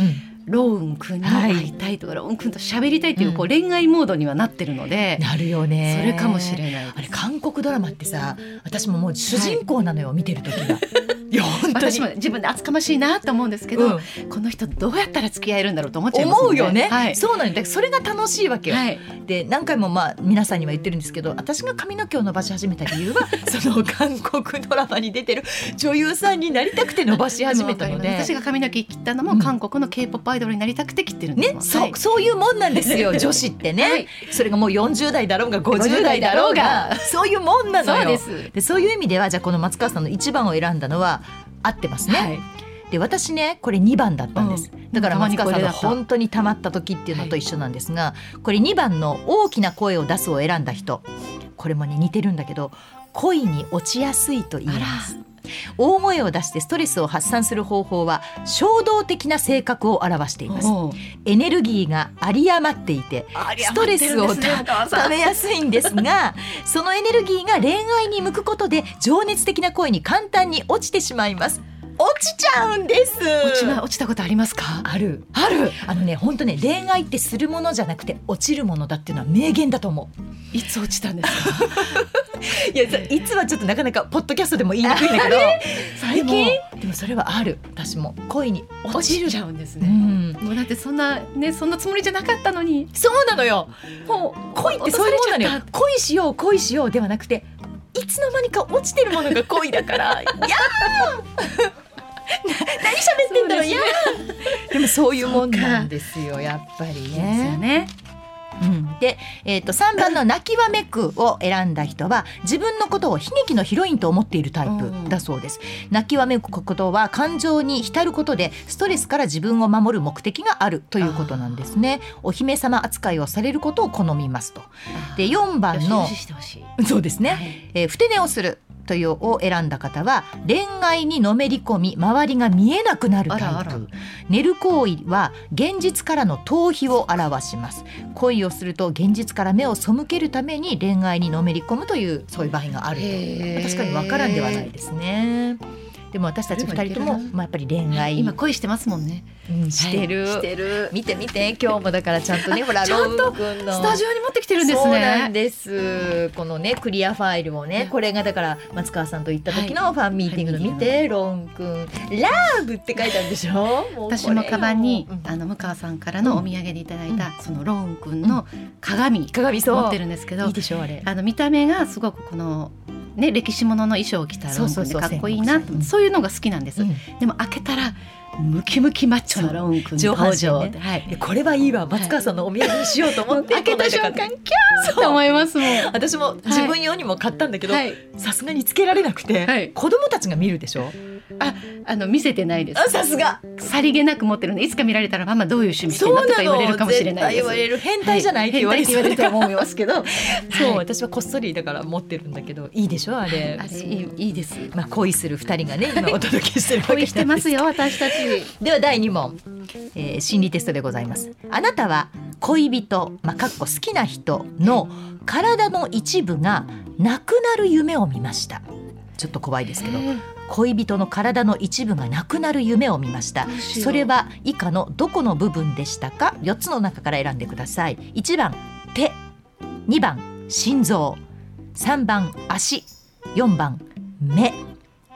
Speaker 4: ロウン君に会いたいとか、ロウン君と喋りたいっていう,、こう恋愛モードにはなってるので、
Speaker 1: なるよね
Speaker 4: それかもしれない
Speaker 1: あれ韓国ドラマってさ私ももう主人公なのよ、見てる時 がいや本当に
Speaker 4: 私も自分で厚かましいなと思うんですけど、
Speaker 1: うん
Speaker 4: この人どうやったら付き合えるんだろうと思っちゃいます
Speaker 1: 思うよね、
Speaker 4: はい、
Speaker 1: そうなのよだからそれが楽しいわけよ、
Speaker 4: はい、
Speaker 1: で何回もまあ皆さんには言ってるんですけど私が髪の毛を伸ばし始めた理 由はその韓国ドラマに出てる女優さんになりたくて伸ばし始めたの
Speaker 4: でもわかります
Speaker 1: で
Speaker 4: 私が髪の毛切ったのも
Speaker 1: うん
Speaker 4: 韓国の K-POP アアイドルになりたくて切ってるんです
Speaker 1: ね
Speaker 4: もん、
Speaker 1: そ
Speaker 4: は
Speaker 1: う
Speaker 4: い
Speaker 1: そういうもんなんですよ女子ってね、
Speaker 4: はい
Speaker 1: それがもう40代だろうが50代だろう
Speaker 4: 50代だ
Speaker 1: が
Speaker 4: ろ
Speaker 1: そういうもんなのよ
Speaker 4: そうです。
Speaker 1: でそういう意味ではじゃあこの松川さんの1番を選んだのは合ってますね、
Speaker 4: はい。
Speaker 1: で私ねこれ2番だったんです、だから
Speaker 4: たま
Speaker 1: 松
Speaker 4: にこ
Speaker 1: 川さん
Speaker 4: れ
Speaker 1: が
Speaker 4: だった
Speaker 1: 本当にたまった時っていうのと一緒なんですが、これ2番の「大きな声を出す」を選んだ人これもね似てるんだけど恋に落ちやすいと言います大声を出してストレスを発散する方法は衝動的な性格を表しています
Speaker 4: おう
Speaker 1: エネルギーが有り余っていてストレスをたためやすいんです がそのエネルギーが恋愛に向くことで情熱的な恋に簡単に落ちてしまいます落ちちゃうんです
Speaker 4: 落ちな落ちたことありますか？
Speaker 1: ある
Speaker 4: ある。
Speaker 1: あのね本当ね恋愛ってするものじゃなくて落ちるものだっていうのは名言だと思う
Speaker 4: いつ落ちたんですか？
Speaker 1: いやいつはちょっとなかなかポッドキャストでも言いにくいんだけど
Speaker 4: 最
Speaker 1: でもでもそれはある私も恋に落
Speaker 4: 落
Speaker 1: ち
Speaker 4: ち
Speaker 1: る
Speaker 4: ちゃうんです
Speaker 1: う
Speaker 4: ね。
Speaker 1: ん
Speaker 4: もうだってそんなねそんなつもりじゃなかったのに
Speaker 1: そうなのよ
Speaker 4: も
Speaker 1: 恋ってそういうものなの
Speaker 4: 落とされ
Speaker 1: よ
Speaker 4: ち
Speaker 1: 恋しよう恋しようではなくていつの間にか落ちてるものが恋だから いやーな何喋ってんだろう
Speaker 4: そうですね
Speaker 1: いやーでもそういうもんなんですよやっぱり
Speaker 4: うですよ
Speaker 1: ね。
Speaker 4: ね。
Speaker 1: うんで、えー、と3番の「泣きわめく」を選んだ人は自分のことを悲劇のヒロインと思っているタイプだそうです。泣きわめくことは感情に浸ることでストレスから自分を守る目的があるということなんですね。お姫様扱いをされることを好みますと。で4
Speaker 4: あ
Speaker 1: 番
Speaker 4: の
Speaker 1: の
Speaker 4: よしよししてほしい。
Speaker 1: そうですね、
Speaker 4: はい
Speaker 1: えー、ふて寝をするというを選んだ方は恋愛にのめり込み周りが見えなくなるタイプ
Speaker 4: あらあら
Speaker 1: 寝る行為は現実からの逃避を表します恋をすると現実から目を背けるために恋愛にのめり込むというそういう場合があると
Speaker 4: へー
Speaker 1: 確かにわからんではないですねでも私たち二人とも
Speaker 4: でもいけるな
Speaker 1: まあやっぱり恋愛
Speaker 4: 今恋してますもんね。
Speaker 1: うんしてる、
Speaker 4: はいしてる。
Speaker 1: 見て見て今日もだからちゃんと ねほら
Speaker 4: ちゃんと
Speaker 1: ロン君の
Speaker 4: スタジオに持ってきてるんですね。
Speaker 1: そうなんです。このねクリアファイルをね、これがだから松川さんと行った時のファンミーティングの見て、ロンくんラブって書いたんでしょ。うこれよ
Speaker 4: 私もカバンに、
Speaker 1: うん
Speaker 4: あの向川さんからのお土産でいただいた、そのローン君の鏡
Speaker 1: 鏡そう
Speaker 4: 持ってるんですけど、
Speaker 1: いいでしょあれ。
Speaker 4: あの見た目がすごくこのね歴史ものの衣装を着たローン
Speaker 1: そう
Speaker 4: 君
Speaker 1: そうそう
Speaker 4: でかっこいいなと思ってそういうのが好きなんです、
Speaker 1: うん
Speaker 4: でも開けたらムキムキマッチョなローン君
Speaker 1: そう
Speaker 4: の登場、
Speaker 1: 上半身ね
Speaker 4: はい
Speaker 1: でこれはいいわ松川さんのお土産にしようと思って
Speaker 4: 開けた瞬間キャーって思いますもんは
Speaker 1: 私も自分用にも買ったんだけど
Speaker 4: い
Speaker 1: さすがにつけられなくて、
Speaker 4: はい
Speaker 1: 子供たちが見るでしょ
Speaker 4: あの見せてないで
Speaker 1: あ
Speaker 4: す
Speaker 1: さすが
Speaker 4: さりげなく持ってるんでいつか見られたらママどういう趣味してんのとか言われるかもしれないです
Speaker 1: そうの絶対言われる変態じゃないって言われ
Speaker 4: はい変態って言われると思います
Speaker 1: け どそう、
Speaker 4: はい
Speaker 1: 私はこっそりだから持ってるんだけどいいでしょあれ
Speaker 4: あれいいいいです
Speaker 1: まあ恋する二人がね今お届けしてるわけなんで
Speaker 4: 恋
Speaker 1: す
Speaker 4: してますよ私たち
Speaker 1: では第二問、えー心理テストでございますあなたは恋人まあかっこ好きな人の体の一部がなくなる夢を見ましたちょっと怖いですけど恋人の体の一部がなくなる夢を見ました
Speaker 4: どうしよう
Speaker 1: それは以下のどこの部分でしたか4つの中から選んでください1番手2番心臓3番足4番目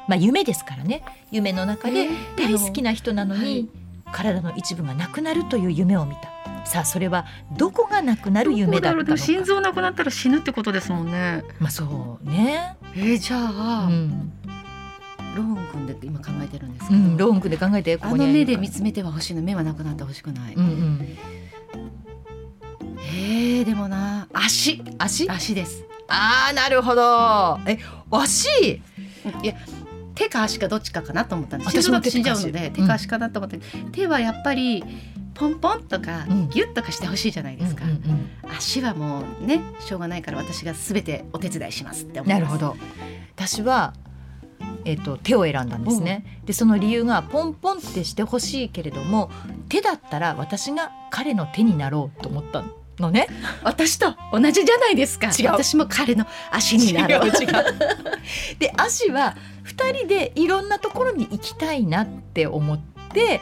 Speaker 1: まあ夢ですからね夢の中で
Speaker 4: えー
Speaker 1: 大好きな人なのに、
Speaker 4: はい
Speaker 1: 体の一部がなくなるという夢を見たさあそれはどこがなくなる夢だったのか
Speaker 4: 心臓なくなったら死ぬってことですもんね。
Speaker 1: まあそうね、
Speaker 4: えー、じゃ
Speaker 1: う
Speaker 4: あ、
Speaker 1: ん
Speaker 4: ローン君で今考えてるんです
Speaker 1: う
Speaker 4: けど、
Speaker 1: ん、ローンクで考えてこ
Speaker 4: あ
Speaker 1: こに
Speaker 4: の
Speaker 1: ある
Speaker 4: 目で見つめては欲しいの目はなくなってほしくない。
Speaker 1: うんうん、
Speaker 4: えー、でもな足
Speaker 1: 足
Speaker 4: 足です。
Speaker 1: ああなるほどえ足
Speaker 4: いや手か足かどっちかかなと思ったんです。
Speaker 1: 私
Speaker 4: 心臓
Speaker 1: も
Speaker 4: だと死んじゃうので
Speaker 1: 手
Speaker 4: 手
Speaker 1: か
Speaker 4: か
Speaker 1: 足
Speaker 4: 足かなと思って、手はやっぱりポンポンとか、
Speaker 1: うん
Speaker 4: ギュッとかしてほしいじゃないですか、
Speaker 1: うんうんうん
Speaker 4: 足はもうねしょうがないから私がすべてお手伝いしますって思いま
Speaker 1: な
Speaker 4: す。
Speaker 1: るほど私は、えっと手を選んだんですねでその理由がポンポンってしてほしいけれども手だったら私が彼の手になろうと思ったのね
Speaker 4: 私と同じじゃないですか
Speaker 1: 違う
Speaker 4: 私も彼の足になろう
Speaker 1: 違う違う で足は2人でいろんなところに行きたいなって思って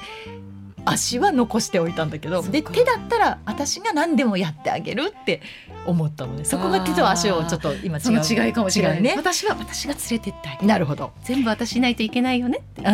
Speaker 1: 足は残しておいたんだけど
Speaker 4: そっか
Speaker 1: で手だったら私が何でもやってあげるって思ったのでそこが手と足をちょっと今
Speaker 4: そ
Speaker 1: 違
Speaker 4: の
Speaker 1: う
Speaker 4: 違いかもしれない
Speaker 1: 違うね
Speaker 4: 私は私が連れてってあげる
Speaker 1: なるほど
Speaker 4: 全部私いないといけないよねっていう
Speaker 1: う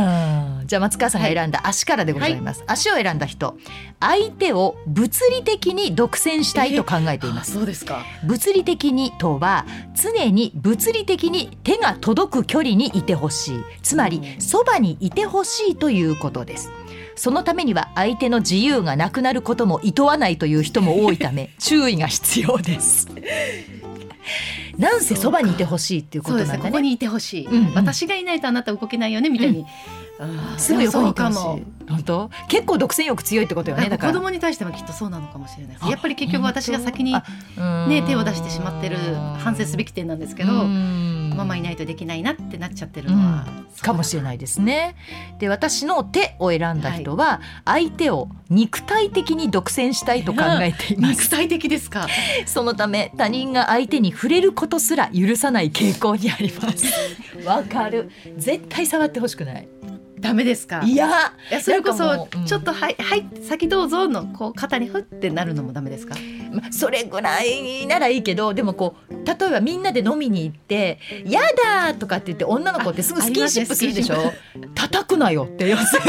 Speaker 1: んじゃあ松川さんが選んだ足からでございます、足を選んだ人相手を物理的に独占したいと考えています、
Speaker 4: そうですか
Speaker 1: 物理的にとは常に物理的に手が届く距離にいてほしいつまりそばにいてほしいということですそのためには相手の自由がなくなることも厭わないという人も多いため 注意が必要です。なんせそばにいてほしいっていうこ
Speaker 4: そう
Speaker 1: と
Speaker 4: で
Speaker 1: な
Speaker 4: す
Speaker 1: んだ
Speaker 4: ねこ
Speaker 1: ね。
Speaker 4: こにいてほしい、
Speaker 1: うんうん
Speaker 4: 私がいないとあなた動けないよねみたいに、あー
Speaker 1: すぐ横にいて
Speaker 4: で
Speaker 1: ほ
Speaker 4: も
Speaker 1: し
Speaker 4: そうかも
Speaker 1: い。本当？結構独占欲強いってことよね。
Speaker 4: なん
Speaker 1: だ
Speaker 4: か
Speaker 1: から
Speaker 4: 子供に対してもきっとそうなのかもしれないです
Speaker 1: あ
Speaker 4: やっぱり結局私が先に
Speaker 1: 本供
Speaker 4: ね手を出してしまってる反省すべき点なんですけど、マ
Speaker 1: マ
Speaker 4: マい
Speaker 1: い
Speaker 4: ないとできないなってなっちゃってるのは、
Speaker 1: かもしれないですね。で私の手を選んだ人は相手を肉体的に独占したいと考えています。
Speaker 4: 肉体的ですか
Speaker 1: そのため他人が相手に触れることすら許さない傾向にあります。 わかる。絶対触ってほしくない。
Speaker 4: ダメですか
Speaker 1: いや、
Speaker 4: いやそれ
Speaker 1: な
Speaker 4: こ
Speaker 1: んかも
Speaker 4: そう
Speaker 1: うん
Speaker 4: ちょっとはい、はい先どうぞのこう肩にふってなるのもダメですか
Speaker 1: まそれぐらいならいいけど、でもこう例えばみんなで飲みに行って、やだーとかって言って女の子ってすぐスキンシップするでしょ
Speaker 4: ああり。
Speaker 1: 叩くなよって要するに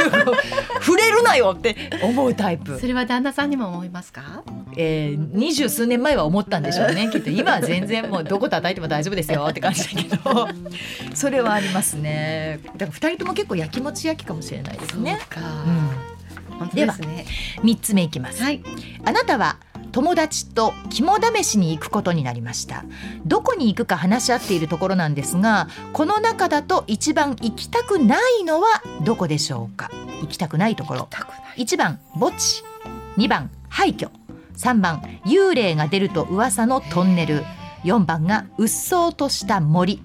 Speaker 1: 触れるなよって思うタイプ
Speaker 4: そ。れは旦那さんにも思いますか
Speaker 1: えー二十数年前は思ったんでしょうね。きっと今は全然もうどこ叩いても大丈夫ですよって感じだけど、それはありますね。だから二人とも結構やきもち焼きかもしれないですね。
Speaker 4: か、
Speaker 1: うん
Speaker 4: 本当ですね
Speaker 1: 三つ目いきます。
Speaker 4: はい
Speaker 1: あなたは友達と肝試しに行くことになりましたどこに行くか話し合っているところなんですがこの中だと一番行きたくないのはどこでしょうか行きたくないところ
Speaker 4: たくない
Speaker 1: 1番墓地2番廃墟3番幽霊が出ると噂のトンネル4番がうっそうとした森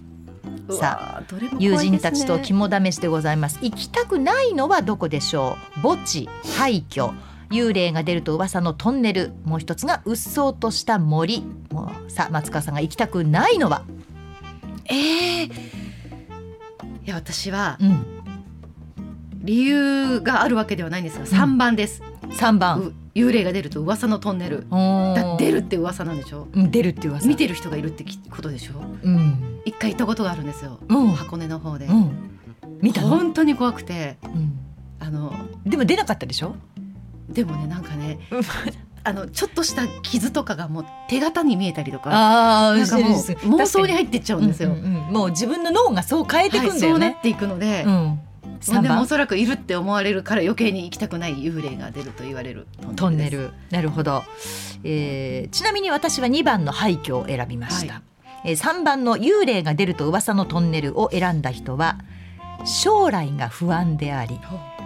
Speaker 1: さ
Speaker 4: あどれも怖いですね
Speaker 1: 友人たちと肝試しでございます行きたくないのはどこでしょう墓地廃墟幽霊が出ると噂のトンネルもう一つがうっそうとした森もうさあ松川さんが行きたくないのは、
Speaker 4: ええいや私は
Speaker 1: うん、
Speaker 4: 理由があるわけではないんですが三番です、
Speaker 1: 3番
Speaker 4: う幽霊が出ると噂のトンネルだ
Speaker 1: 出
Speaker 4: 出るって噂なんでしょ
Speaker 1: 出るっていう噂
Speaker 4: 見てる人がいるってきことでしょ
Speaker 1: うん
Speaker 4: 一回行ったことがあるんですよ
Speaker 1: うん
Speaker 4: 箱根の方で、
Speaker 1: うん見たの、
Speaker 4: 本当に怖くて
Speaker 1: うん
Speaker 4: あの
Speaker 1: でも出なかったでしょ
Speaker 4: でもねなんかね
Speaker 1: うん
Speaker 4: あのちょっとした傷とかがもう手形に見えたりとか
Speaker 1: あ
Speaker 4: なんかもう妄想に
Speaker 1: っ
Speaker 4: 入ってっちゃうんですよ、
Speaker 1: うんうんうんもう自分の脳がそう変えていくんだよ
Speaker 4: はいそうな
Speaker 1: ね
Speaker 4: っ。ていくので、
Speaker 1: うん
Speaker 4: まあ
Speaker 1: 三
Speaker 4: でもお
Speaker 1: 番
Speaker 4: そらくいるって思われるから余計に行きたくない幽霊が出ると言われる
Speaker 1: トンネルなるほど、えーちなみに私は2番の廃墟を選びました、
Speaker 4: は
Speaker 1: えー3番の幽霊が出ると噂のトンネルを選んだ人は将来が不安であり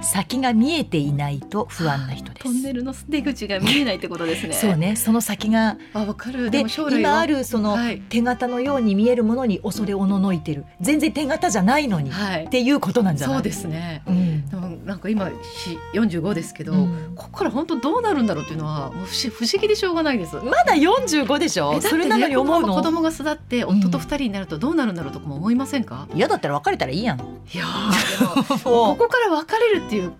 Speaker 1: 先が見えていないと不安な人で
Speaker 4: トンネ
Speaker 1: す。
Speaker 4: ルの出口が見えないってことですね
Speaker 1: そうねその先が
Speaker 4: あわかるで
Speaker 1: で
Speaker 4: も将来は
Speaker 1: 今あるその
Speaker 4: はい
Speaker 1: 手形のように見えるものに恐れおののいてる全然手形じゃないのに、っ
Speaker 4: はい
Speaker 1: ていうことなんじゃない
Speaker 4: そうですね
Speaker 1: うん
Speaker 4: でもなんか今し45ですけど、
Speaker 1: うん
Speaker 4: ここから本当どうなるんだろうっていうのはもう不思不思議でしょうがないです
Speaker 1: まだ45でしょ
Speaker 4: えだって
Speaker 1: それなのに思う
Speaker 4: ねこまま子
Speaker 1: の
Speaker 4: 供が育って
Speaker 1: ん
Speaker 4: 夫と二人になるとどうなるんだろうとかも思いませんか、
Speaker 1: 嫌だったら別れたらいいやん
Speaker 4: いやーでもここから別れるっていう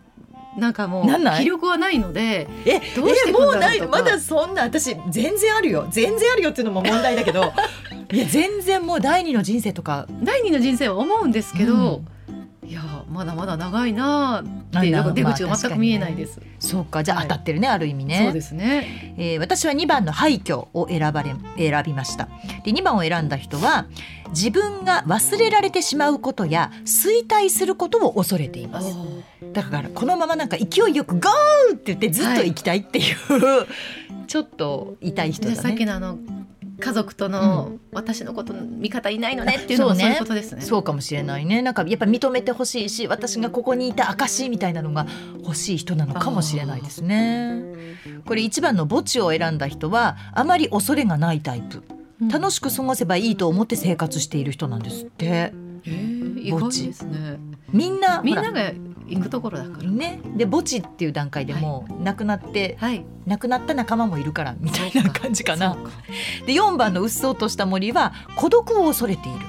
Speaker 4: なんかもう
Speaker 1: なんない
Speaker 4: 気力はないので
Speaker 1: え
Speaker 4: どうして
Speaker 1: え
Speaker 4: こん
Speaker 1: も
Speaker 4: な
Speaker 1: う
Speaker 4: の
Speaker 1: ない
Speaker 4: とか
Speaker 1: まだそんな私全然あるよ全然あるよっていうのも問題だけ どいや全然もう第二の人生とか、
Speaker 4: 第二の人生は思うんですけど、いやーまだまだ長いなーっていうなんか出口が全く見えないですす、
Speaker 1: そうかじゃあ
Speaker 4: はい
Speaker 1: 当たってるね、ある意味ね
Speaker 4: そうですね
Speaker 1: えー私は2番の廃墟を選ばれ選びましたで2番を選んだ人は自分が忘れられてしまうことや衰退することを恐れていますだからこのままなんか勢いよく「ゴー!」って言ってずっと行きたいっていう、ちょっと痛い人
Speaker 4: じゃあ
Speaker 1: だ
Speaker 4: さっき
Speaker 1: ね。
Speaker 4: のあの家族との、私のこと味方いないのねっていうのも
Speaker 1: そうね
Speaker 4: そういうことですね
Speaker 1: そうかもしれないねなんかやっぱ認めてほしいし私がここにいた証みたいなのが欲しい人なのかもしれないですね。これ1番の墓地を選んだ人はあまり恐れがないタイプ
Speaker 4: うん
Speaker 1: 楽しく過ごせばいいと思って生活している人なんですって
Speaker 4: えー意外ですね
Speaker 1: みんな
Speaker 4: みん
Speaker 1: ほ
Speaker 4: な
Speaker 1: ら
Speaker 4: が行くところだから、
Speaker 1: ねで墓地っていう段階でもう亡くなって、
Speaker 4: はい
Speaker 1: 亡くなった仲間もいるからみたいな感じかな
Speaker 4: そうか
Speaker 1: で4番のうっそうとした森は孤独を恐れている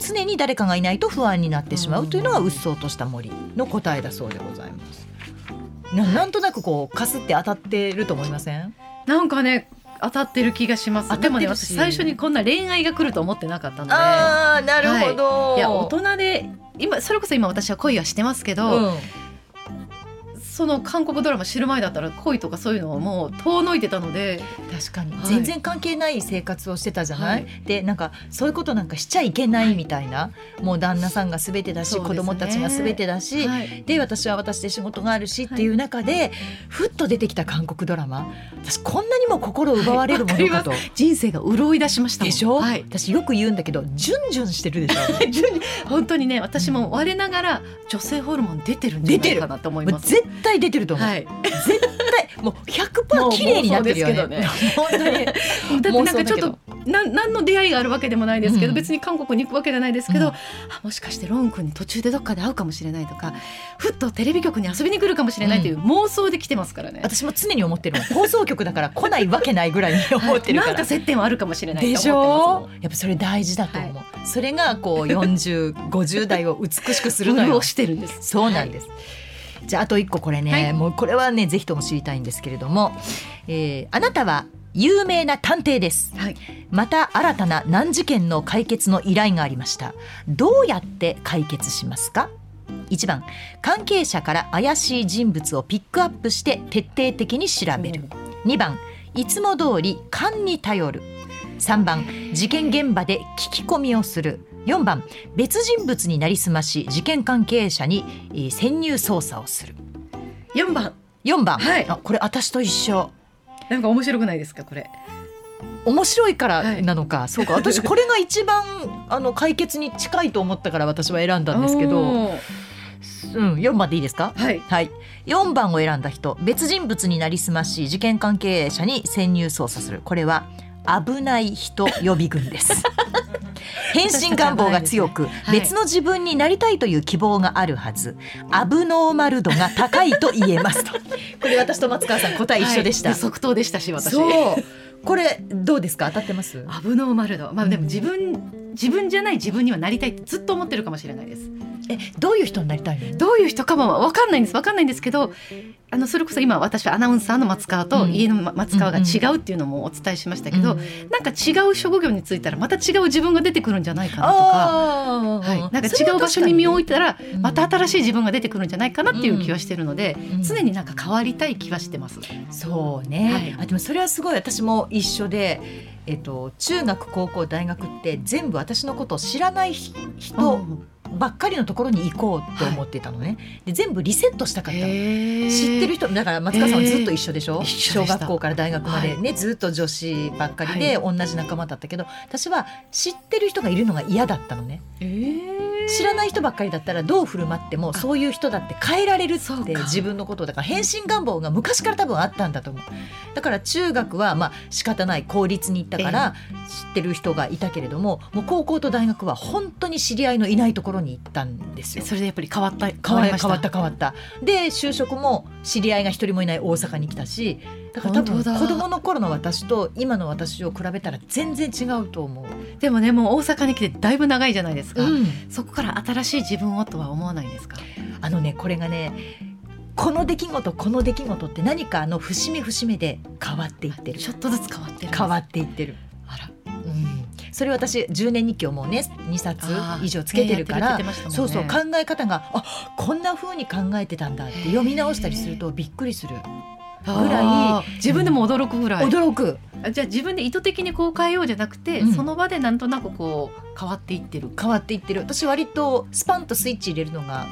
Speaker 1: 常に誰かがいないと不安になってしまうというのがうっそうとした森の答えだそうでございますななんとなくこうかすって当たってると思いません
Speaker 4: なんかね当たってる気がしま
Speaker 1: 当たっ
Speaker 4: す
Speaker 1: てる
Speaker 4: で
Speaker 1: し
Speaker 4: もね私最初にこんな恋愛が来ると思ってなかったので
Speaker 1: あーな
Speaker 4: るほ
Speaker 1: ど、
Speaker 4: いや大人で今それこそ今私は恋はしてますけ
Speaker 1: う
Speaker 4: ど、
Speaker 1: ん
Speaker 4: その韓国ドラマ知る前だったら恋とかそういうのはもう遠のいてたので
Speaker 1: 確かに、
Speaker 4: はい
Speaker 1: 全然関係ない生活をしてたじゃない、
Speaker 4: は
Speaker 1: でなんかそういうことなんかしちゃいけないみたいな、もう旦那さんが全てだし、
Speaker 4: そうです
Speaker 1: 子
Speaker 4: ね
Speaker 1: 供たちが全てだし、
Speaker 4: はい
Speaker 1: で私は私で仕事があるしっていう中で、ふっと出てきた韓国ドラマ私こんなにも心を奪われるものかと、
Speaker 4: 人生が潤い出しましたもん
Speaker 1: でしょ、
Speaker 4: はい、
Speaker 1: 私よく言うんだけどジュンジュンしてるでしょ
Speaker 4: 本当にね私も我ながら女性ホルモン出てるんじゃないかなと思い
Speaker 1: も
Speaker 4: ま
Speaker 1: う
Speaker 4: す。
Speaker 1: 絶対出てると思う、
Speaker 4: はい、
Speaker 1: 絶対もう100%綺麗になってるよね
Speaker 4: もう妄想です
Speaker 1: 本当に
Speaker 4: だってなんかちょっ
Speaker 1: 妄想
Speaker 4: となん何の出会いがあるわけでもないですけ
Speaker 1: う
Speaker 4: ど、
Speaker 1: ん
Speaker 4: 別に韓国に行くわけじゃないですけど、
Speaker 1: うん
Speaker 4: あもしかしてロン君に途中でどっかで会うかもしれないとかふっとテレビ局に遊びに来るかもしれないという妄想で来てますから ね。
Speaker 1: 私も常に思ってるもん放送局だから来ないわけないぐらいに思ってるから
Speaker 4: なんか接点はあるかもしれない
Speaker 1: でし
Speaker 4: と思
Speaker 1: ょ
Speaker 4: って
Speaker 1: やっぱそれ大事だと思う、それがこう4050代を美しくするの
Speaker 4: ます。
Speaker 1: よ
Speaker 4: 潤してるんです。
Speaker 1: そうなんです、じゃああと一個これね、
Speaker 4: はい
Speaker 1: もうこれはねぜひとも知りたいんですけれども、えーあなたは有名な探偵です
Speaker 4: はい、
Speaker 1: また新たな難事件の解決の依頼がありましたどうやって解決しますか1番関係者から怪しい人物をピックアップして徹底的に調べる2番いつも通り勘に頼る3番事件現場で聞き込みをする4番別人物になりすまし事件関係者に、えー潜入捜査をする
Speaker 4: 四番
Speaker 1: 4番、
Speaker 4: はい
Speaker 1: あこれ私と一緒
Speaker 4: なんか面白くないですかこれ。
Speaker 1: 面白いか
Speaker 4: は
Speaker 1: ら
Speaker 4: い
Speaker 1: なのか、そうか 私これが一番あの解決に近いと思ったから私は選んだんですけど、
Speaker 4: おー
Speaker 1: うん、4番でいいですか
Speaker 4: はい。
Speaker 1: はい、4番を選んだ人別人物になりすまし事件関係者に潜入捜査するこれは危ない人予備軍です 変身願望が強く、
Speaker 4: はい
Speaker 1: 別の自分になりたいという希望があるはずアブノーマル度が高いと言えますと これ私と松川さん答え一緒でした、
Speaker 4: はい即答でしたし私。
Speaker 1: そうこれどうですか当たってます
Speaker 4: アブノーマルドまあでも自分自分じゃない自分にはなりたいってずっと思ってるかもしれないです
Speaker 1: えどういう人になりたいの
Speaker 4: どういう人かもわかんないんですわかんないんですけどあのそれこそ今私はアナウンサーの松川
Speaker 1: う
Speaker 4: と
Speaker 1: ん
Speaker 4: 家の松川が違うっていうのもお伝えしましたけど、
Speaker 1: うん
Speaker 4: なんか違う職業に就いたらまた違う自分が出てくるんじゃないかなとか。
Speaker 1: あ
Speaker 4: はい、
Speaker 1: ー
Speaker 4: なんか違う場所に身を置いたら
Speaker 1: うん
Speaker 4: また新しい自分が出てくるんじゃないかなっていう気はしてるので、
Speaker 1: うん
Speaker 4: 常になんか変わりたい気はしてます。
Speaker 1: そうね、
Speaker 4: はい
Speaker 1: あでもそれはすごい私も一緒で、えっと、中学高校大学って全部私のことを知らない人人ばっかりのところに行こうと思ってたのね、で全部リセットしたかったの知
Speaker 4: 知
Speaker 1: ってる人だから松川さんはずっと一緒でしょ、
Speaker 4: えー一
Speaker 1: 小
Speaker 4: 緒でした
Speaker 1: 学校から大学までね、ずっと女子ばっかりで同じ仲間だったけど私は知ってる人がいるのが嫌だったのね知らない人ばっかりだったらどう振る舞ってもそういう人だって変えられる
Speaker 4: そう
Speaker 1: っ
Speaker 4: か
Speaker 1: て自分のことだから変身願望が昔から多分あったんだと思うだから中学はまあ仕方ない公立に行ったから知ってる人がいたけれども、もう高校と大学は本当に知り合いのいないところに行ったんですよ
Speaker 4: それでやっぱり変わった変
Speaker 1: 変わ
Speaker 4: わりました
Speaker 1: 変わった変わったで就職も知り合いが一人もいない大阪に来たしだから多分
Speaker 4: 本当だ
Speaker 1: 子供の頃の私と今の私を比べたら全然違うと思う、
Speaker 4: でもねもう大阪に来てだいぶ長いじゃないですか、
Speaker 1: うん
Speaker 4: そこから新しい自分をとは思わないですか
Speaker 1: あのねこれがねこの出来事この出来事って何かあの節目節目で変わっていってる
Speaker 4: ちょっとずつ変わってる
Speaker 1: 変わ
Speaker 4: っ
Speaker 1: っていってる、
Speaker 4: あら
Speaker 1: うん、それ私10年日記をもうね2冊
Speaker 4: あー
Speaker 1: 以上つけてるか
Speaker 4: ねや
Speaker 1: ら、
Speaker 4: ってるって言ってましたもんね
Speaker 1: そうそう考え方があこんな風に考えてたんだって読み直したりするとびっくりするぐらい
Speaker 4: あー自分でも驚くぐらい、
Speaker 1: 驚く
Speaker 4: あじゃあ自分で意図的にこう変えようじゃなくて、
Speaker 1: うん
Speaker 4: その場でなんとなくこう変わっていってる
Speaker 1: 変わっていってる私割とスパンとスイッチ入れるのが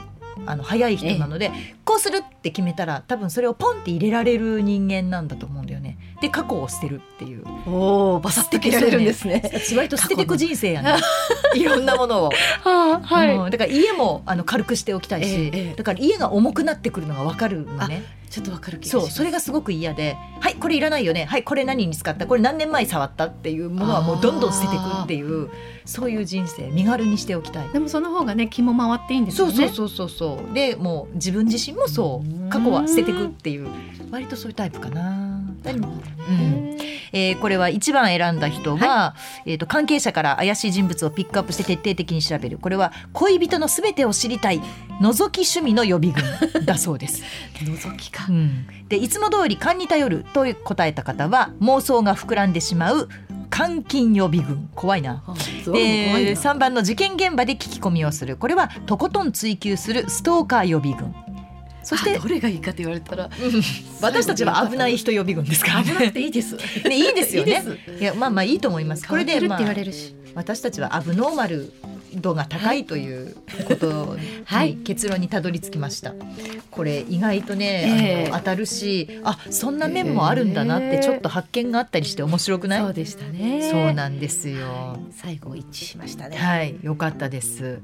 Speaker 1: あの早い人なので、こうするって決めたら多分それをポンって入れられる人間なんだと思うんだよねで過去を捨てるっていう
Speaker 4: おおバサッて切られるんですね
Speaker 1: 私割と捨ててく人生やね いろんなものを、
Speaker 4: はあはい、
Speaker 1: うんだから家もあの軽くしておきたいし、
Speaker 4: ええええ
Speaker 1: だから家が重くなってくるのが分かるのね
Speaker 4: ちょっとわかる気がし
Speaker 1: そ
Speaker 4: ま
Speaker 1: う
Speaker 4: す
Speaker 1: それがすごく嫌ではいこれいらないよねはいこれ何に使ったこれ何年前触ったっていうものはもうどんどん捨ててくっていうそういう人生身軽にしておきたい
Speaker 4: でもその方がね気も回っていいんですよ
Speaker 1: そう
Speaker 4: ね
Speaker 1: そうそうそうそうでもう自分自身もそううん過去は捨ててくっていう割とそういうタイプかな。
Speaker 4: なるほど
Speaker 1: うんえーこれは1番選んだ人が、えー、と関係者から怪しい人物をピックアップして徹底的に調べるこれは恋人のすべてを知りたい覗き趣味の予備軍だそう です。
Speaker 4: 覗きか
Speaker 1: うん、でいつも通り勘に頼ると答えた方は妄想が膨らんでしまう監禁予備軍怖いな。
Speaker 4: あそう怖い
Speaker 1: で
Speaker 4: な
Speaker 1: 3番の事件現場で聞き込みをするこれはとことん追求するストーカー予備軍そして
Speaker 4: あどれがいいかって言われたら
Speaker 1: 私たちは危ない人予備軍ですから
Speaker 4: 危なく
Speaker 1: ね。
Speaker 4: ていいです。
Speaker 1: ね、いい ですよね。
Speaker 4: いいです
Speaker 1: いや、まあまあいいと思います。こ
Speaker 4: こ
Speaker 1: れ
Speaker 4: れで
Speaker 1: で、
Speaker 4: るって
Speaker 1: ま
Speaker 4: 言われ
Speaker 1: あ、
Speaker 4: るし、
Speaker 1: 私たちはアブノーマル度が高いということに、
Speaker 4: はい
Speaker 1: 結論にたどり着きました。これ意外とね、
Speaker 4: ええ
Speaker 1: あの当たるし、あ、そんな面もあるんだなって、
Speaker 4: ええ
Speaker 1: ちょっと発見があったりして面白くない。
Speaker 4: そうでしたね。
Speaker 1: そうなんですよ。
Speaker 4: 最後一致しましたね。
Speaker 1: はい、良かったです。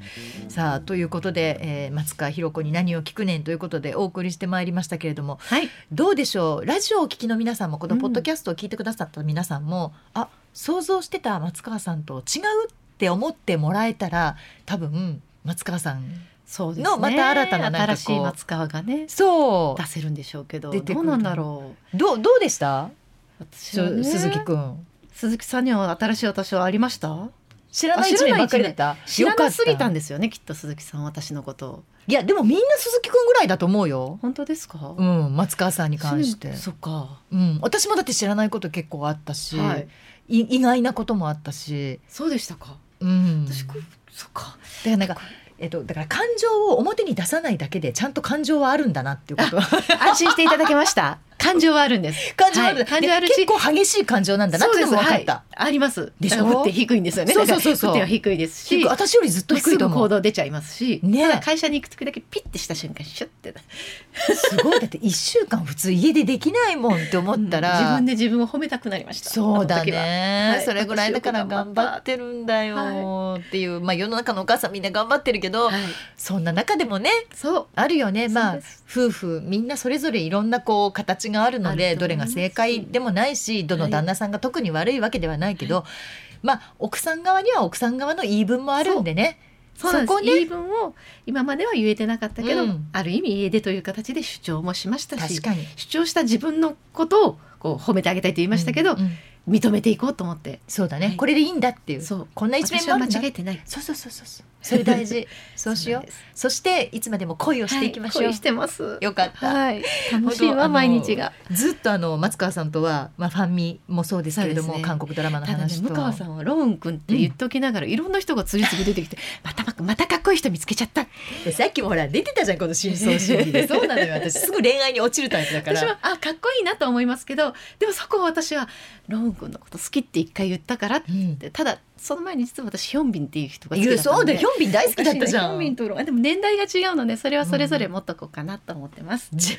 Speaker 1: さあということで、えー、松川博子に何を聞くねんということでお送りしてまいりましたけれども、
Speaker 4: はい
Speaker 1: どうでしょう。ラジオをお聞きの皆さんもこの
Speaker 4: うん
Speaker 1: ポッドキャストを聞いてくださった皆さんも、あ想像してた松川さんと違うって思ってもらえたら多分松川さん
Speaker 4: そうですね。
Speaker 1: のまた新たななんかこう
Speaker 4: 新しい松川がね
Speaker 1: そ
Speaker 4: 出せるんでしょうけど、
Speaker 1: 出てくる
Speaker 4: どうなんだろう。
Speaker 1: うどうどうでした、
Speaker 4: 私
Speaker 1: ち
Speaker 4: は
Speaker 1: ょ
Speaker 4: ね
Speaker 1: 鈴木くん
Speaker 4: 鈴木さんには新しい私はありました？
Speaker 1: 知らない
Speaker 4: あ知
Speaker 1: 一
Speaker 4: らない
Speaker 1: 面ばっかりだった
Speaker 4: 知らなすぎたん
Speaker 1: で
Speaker 4: ですよね。きっと鈴木さん私のことを
Speaker 1: いやでもみんな鈴木くんぐらいだと思うよ、
Speaker 4: 本当ですか？
Speaker 1: う、ん、松川さんに関して
Speaker 4: そっか。
Speaker 1: うん、私もだって知らないこと結構あったし、
Speaker 4: はい。
Speaker 1: い意外なこともあったし、
Speaker 4: そうでしたか。
Speaker 1: うん、
Speaker 4: 私こ
Speaker 1: だか
Speaker 4: うそっか。
Speaker 1: らなんか、えっと、だから感情を表に出さないだけでちゃんと感情はあるんだなっていうことは
Speaker 4: 安心していただけま した。感情はあるんです。
Speaker 1: 感情はある,、
Speaker 4: はい感情ある
Speaker 1: 結
Speaker 4: し
Speaker 1: 構激しい感情なんだなっていうのも分かった、
Speaker 4: はい、あります。
Speaker 1: でしょ
Speaker 4: だから振って低いんですよね。
Speaker 1: そうそうそうそう
Speaker 4: だから振っては低いです
Speaker 1: 結
Speaker 4: し
Speaker 1: 構。私よりずっと低いと
Speaker 4: すぐ
Speaker 1: 思
Speaker 4: 行
Speaker 1: う
Speaker 4: 動出ちゃいますし、
Speaker 1: ねえ
Speaker 4: ただ会社に行く時だけピッてした瞬間シュッて
Speaker 1: すごいだって1週間普通家でできないもんって思ったら
Speaker 4: 自分で自分を褒めたくなりました
Speaker 1: そうだ
Speaker 4: あ
Speaker 1: ね、
Speaker 4: はい
Speaker 1: それぐらいだから頑張ってるんだよっていう、まあ世の中のお母さんみんな頑張ってるけど、
Speaker 4: の時ははい、
Speaker 1: そんな中でもね
Speaker 4: そう
Speaker 1: あるよねま
Speaker 4: そ
Speaker 1: あ
Speaker 4: うです
Speaker 1: 夫婦みんなそれぞれいろんなこう形があるの
Speaker 4: あ
Speaker 1: で
Speaker 4: ると
Speaker 1: ど
Speaker 4: 思
Speaker 1: れ
Speaker 4: いま
Speaker 1: が
Speaker 4: す
Speaker 1: 正解でもないしどの旦那さんが特に悪いわけではないけど、まあ奥さん側には奥さん側の言い分もあるんでね
Speaker 4: そうなんです
Speaker 1: そこね
Speaker 4: 言い分を今までは言えてなかったけど、
Speaker 1: うん
Speaker 4: ある意味家出という形で主張もしました
Speaker 1: 確
Speaker 4: し
Speaker 1: かに。
Speaker 4: 主張した自分のことをこう褒めてあげたいと言いましたけど、
Speaker 1: うんうん
Speaker 4: 認めていこうと思って
Speaker 1: そうだね、
Speaker 4: はい
Speaker 1: これでいいんだっていう
Speaker 4: そう
Speaker 1: こんな一面
Speaker 4: 私
Speaker 1: もあ
Speaker 4: は
Speaker 1: る
Speaker 4: 間
Speaker 1: んだ
Speaker 4: 違えてない
Speaker 1: そうそうそうそうそうそれ大 事そうしよ
Speaker 4: なん
Speaker 1: う
Speaker 4: です
Speaker 1: そしていつまでも恋をしていきましょう、
Speaker 4: はい恋してます
Speaker 1: よかった、
Speaker 4: はい楽しいわ毎日が
Speaker 1: ずっとあの松川さんとは、まあ、ファンミもそうですけれど
Speaker 4: そ
Speaker 1: も、
Speaker 4: うですね
Speaker 1: 韓国ドラマの
Speaker 4: ただね
Speaker 1: 話と
Speaker 4: 向川さんはローン君って言っときながら、いろんな人が次々出てきてまたままたかっこいい人見つけちゃった
Speaker 1: でさっきもほら出てたじゃんこの真相心理でそうなのよ私すぐ恋愛に落ちるタイプだか
Speaker 4: 私
Speaker 1: ら
Speaker 4: はあかっこいいなと思いますけどでもそこを私はローン君のこと好きって一回言ったからっ
Speaker 1: うん
Speaker 4: てただその前に実は私ヒョンビンっていう人が好
Speaker 1: い
Speaker 4: きだっ
Speaker 1: や
Speaker 4: た
Speaker 1: そ
Speaker 4: の
Speaker 1: う
Speaker 4: で
Speaker 1: だよヒョンビン大好きだったじゃ
Speaker 4: 私ねヒョ
Speaker 1: ん、
Speaker 4: ンビンとローンあでも年代が違うのでそれはそれぞれ持っとこうかなと思ってます、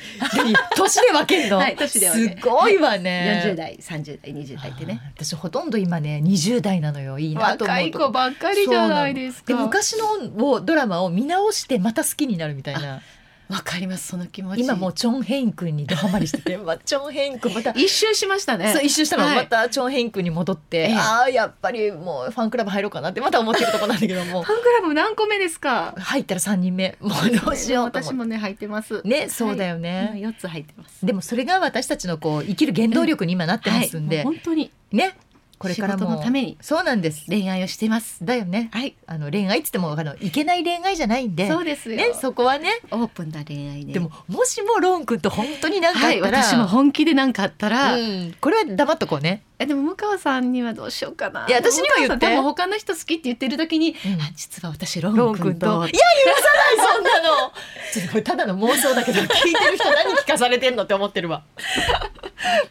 Speaker 1: 何年で分けんの、
Speaker 4: はい年で分ける
Speaker 1: すごいわね
Speaker 4: 40代30代20代ってね
Speaker 1: あー私ほとんど今ね20代なのよいいなと思うと
Speaker 4: ばっか
Speaker 1: そうなので昔のをドラマを見直してまた好きになるみたいな
Speaker 4: わかりますその気持ち
Speaker 1: 今もうチョン・ヘイン君にドハマり してて、まあ、チョン・ヘイン君また
Speaker 4: 一周しましたね
Speaker 1: そう一周したら
Speaker 4: はい
Speaker 1: またチョン・ヘイン君に戻って、
Speaker 4: ええ
Speaker 1: ああやっぱりもうファンクラブ入ろうかなってまた思ってるとこなんだけども
Speaker 4: ファンクラブ何個目ですか
Speaker 1: 入ったら3人目もうどうしようと
Speaker 4: 私
Speaker 1: 思っ
Speaker 4: もね入ってます
Speaker 1: てねそうだよね、
Speaker 4: 今四つ入ってます
Speaker 1: でもそれが私たちのこう生きる原動力に今なってますんで、
Speaker 4: はいもう本当に
Speaker 1: ねこれからも
Speaker 4: 仕事のために
Speaker 1: そうなんです
Speaker 4: 恋愛をしてます
Speaker 1: だよね
Speaker 4: はい
Speaker 1: あの恋愛っつってもあのいけない恋愛じゃないんで
Speaker 4: そうですよ、
Speaker 1: ね、そこはね
Speaker 4: オープンな恋愛で
Speaker 1: でももしもロン君と本当になんかあ
Speaker 4: は
Speaker 1: っ
Speaker 4: い
Speaker 1: たら、
Speaker 4: 私も本気で何かあったら、
Speaker 1: うん、これは黙っとこうね
Speaker 4: えでも向川さんにはどうしようかない
Speaker 1: や私には言って
Speaker 4: 向川さんでも他の人好きって言ってる時に、
Speaker 1: ん
Speaker 4: あ実は私ロ
Speaker 1: ロ
Speaker 4: ー
Speaker 1: ン
Speaker 4: ン君
Speaker 1: 君
Speaker 4: と
Speaker 1: といや許さないそんなのちょっとこれただの妄想だけど聞いてる人何聞かされてんのって思ってる わ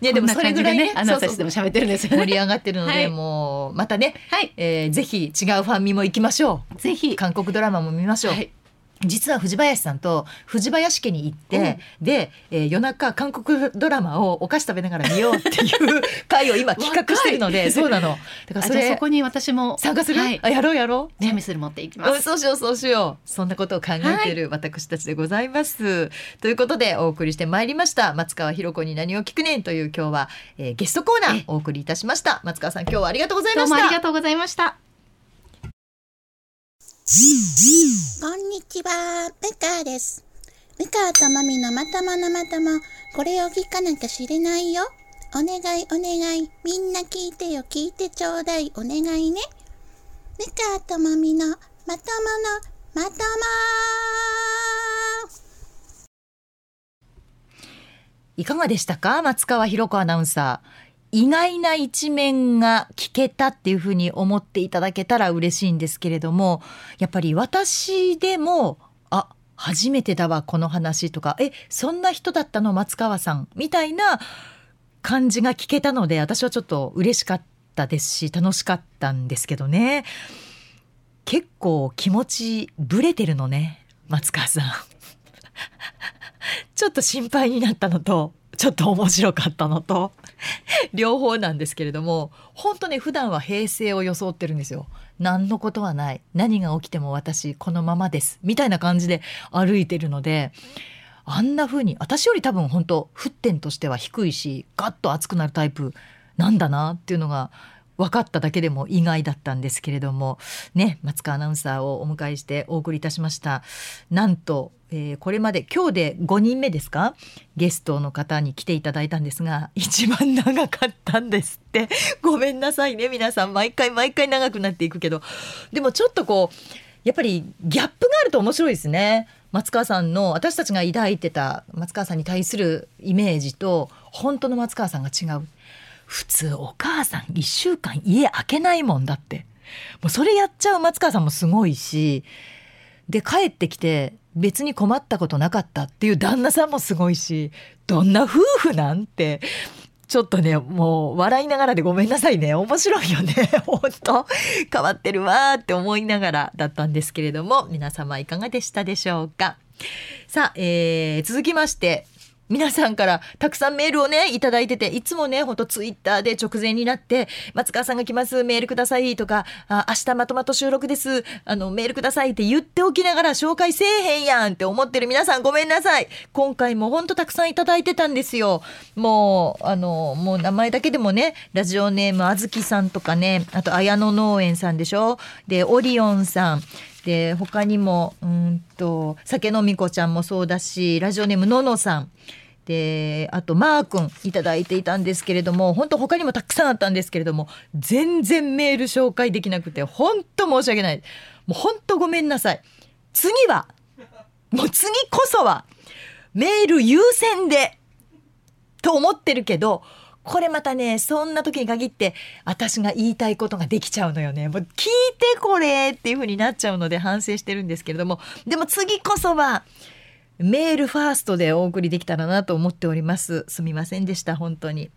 Speaker 1: いやでもそれぐらいね
Speaker 4: あの
Speaker 1: そう
Speaker 4: 私
Speaker 1: そ
Speaker 4: で
Speaker 1: う
Speaker 4: も喋ってるんですよ
Speaker 1: 盛
Speaker 4: ね
Speaker 1: り上がってるので、
Speaker 4: はい
Speaker 1: もうまたね、
Speaker 4: はい
Speaker 1: えーぜひ違うファンミも行きましょう
Speaker 4: ぜひ
Speaker 1: 韓国ドラマも見ましょう、
Speaker 4: はい
Speaker 1: 実は藤林さんと藤林家に行って、で、えー夜中韓国ドラマをお菓子食べながら見ようっていう会を今企画してるのでそうなのだから
Speaker 4: あ
Speaker 1: そ
Speaker 4: じゃあ
Speaker 1: れ
Speaker 4: そこに私も
Speaker 1: 参加する、
Speaker 4: はい
Speaker 1: あやろうやろう
Speaker 4: ジャミスル持っていきま
Speaker 1: うん
Speaker 4: す
Speaker 1: そうしようそうしようそんなことを考えている私たちでございます、ということでお送りしてまいりました松川ひろ子に何を聞くねんという今日は、えーゲストコーナーお送りいたしました松川さん今日はありがとうござい
Speaker 4: ど
Speaker 1: ま
Speaker 4: う
Speaker 1: し
Speaker 4: もありが
Speaker 1: た
Speaker 4: とうございました
Speaker 2: こんにちは、ムカです。ムカともみのまたものまたも、これを聞かなきゃ知れないよ。お願いお願い、みんな聞いてよ聞いてちょうだいお願いね。ムカともみのまたものまたも
Speaker 1: いかがでしたか松川ひろ子アナウンサー意外な一面が聞けたっていうふうに思っていただけたら嬉しいんですけれどもやっぱり私でもあ初めてだわこの話とかえそんな人だったの松川さんみたいな感じが聞けたので私はちょっと嬉しかったですし楽しかったんですけどね結構気持ちぶれてるのね松川さんちょっと心配になったのとちょっと面白かったのと 両方なんですけれども本当ね普段は平静を装ってるんですよ何のことはない何が起きても私このままですみたいな感じで歩いてるのであんな風に私より多分本当沸点としては低いしガッと熱くなるタイプなんだなっていうのが分かっただけでも意外だったんですけれどもね松川アナウンサーをお迎えしてお送りいたしましたなんと、えーこれまで今日で5人目ですかゲストの方に来ていただいたんですが一番長かったんですってごめんなさいね皆さん毎回毎回長くなっていくけどでもちょっとこうやっぱりギャップがあると面白いですね松川さんの私たちが抱いてた松川さんに対するイメージと本当の松川さんが違う普通お母さん1週間家開けないもんだってもうそれやっちゃう松川さんもすごいしで帰ってきて別に困ったことなかったっていう旦那さんもすごいしどんな夫婦なんてちょっとねもう笑いながらでごめんなさいね面白いよね 本当変わってるわーって思いながらだったんですけれども皆様いかがでしたでしょうかさあ、えー続きまして皆さんからたくさんメールをねいただいてていつもねほんとツイッターで直前になって「松川さんが来ますメールください」とか「あ明日まとまと収録ですあのメールください」って言っておきながら紹介せえへんやんって思ってる皆さんごめんなさい今回もほんとたくさんいただいてたんですよもうあのもう名前だけでもねラジオネームあずきさんとかねあと綾野農園さんでしょでオリオンさんで他にもうーんと酒飲み子ちゃんもそうだしラジオネームののさんであとマー君いただいていたんですけれども本当他にもたくさんあったんですけれども全然メール紹介できなくて本当申し訳ないもう本当ごめんなさい次はもう次こそはメール優先でと思ってるけどこれまたねそんな時に限って私が言いたいことができちゃうのよねもう聞いてこれっていう風になっちゃうので反省してるんですけれどもでも次こそはメールファーストでお送りできたらなと思っておりますすみませんでした本当に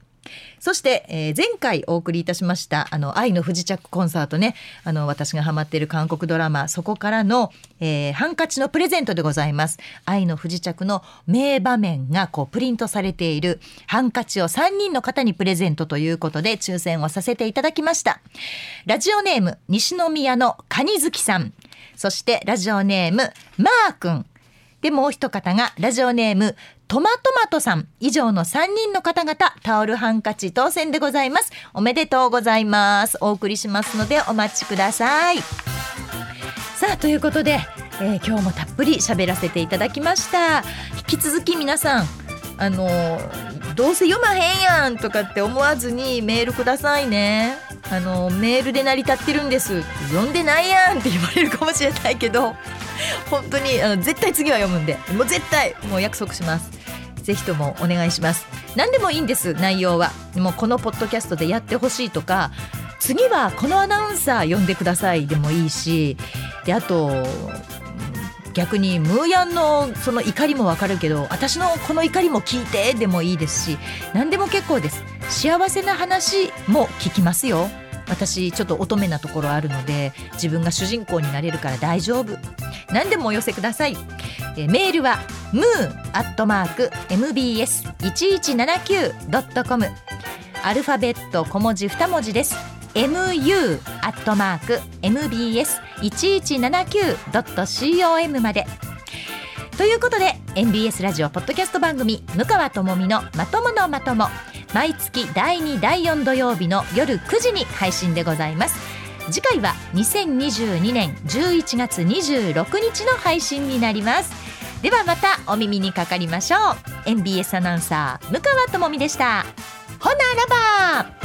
Speaker 1: そして、えー前回お送りいたしました「あの愛の不時着コンサートね」あの私がハマっている韓国ドラマそこからの、えーハンカチのプレゼントでございます「愛の不時着」の名場面がこうプリントされているハンカチを3人の方にプレゼントということで抽選をさせていただきましたラジオネーム西宮のカニズキさんそしてラジオネームマー君でもう一方がラジオネームトマトマトさん以上の3人の方々タオルハンカチ当選でございますおめでとうございますお送りしますのでお待ちくださいさあということで、えー今日もたっぷり喋らせていただきました引き続き皆さんあのーどうせ読まへんやんとかって思わずにメールくださいねあのーメールで成り立ってるんです読んでないやんって言われるかもしれないけど本当にあの絶対次は読むんでもう絶対もう約束しますぜひともお願いします何でもいいんです内容はもうこのポッドキャストでやってほしいとか次はこのアナウンサー呼んでくださいでもいいしであとうん逆にムーヤンのその怒りもわかるけど私のこの怒りも聞いてでもいいですし何でも結構です幸せな話も聞きますよ私ちょっと乙女なところあるので自分が主人公になれるから大丈夫何でもお寄せください、えーメールはムーアットマーク mbs 一一七九ドットコムアルファベット小文字二文字です mu アットマーク mbs 一一七九ドット com までということで MBS ラジオポッドキャスト番組「向川智美のまとものまとも」毎月第2第4土曜日の夜9時に配信でございます次回は2022年11月26日の配信になりますではまたお耳にかかりましょう MBS アナウンサー向川智美でしたほならば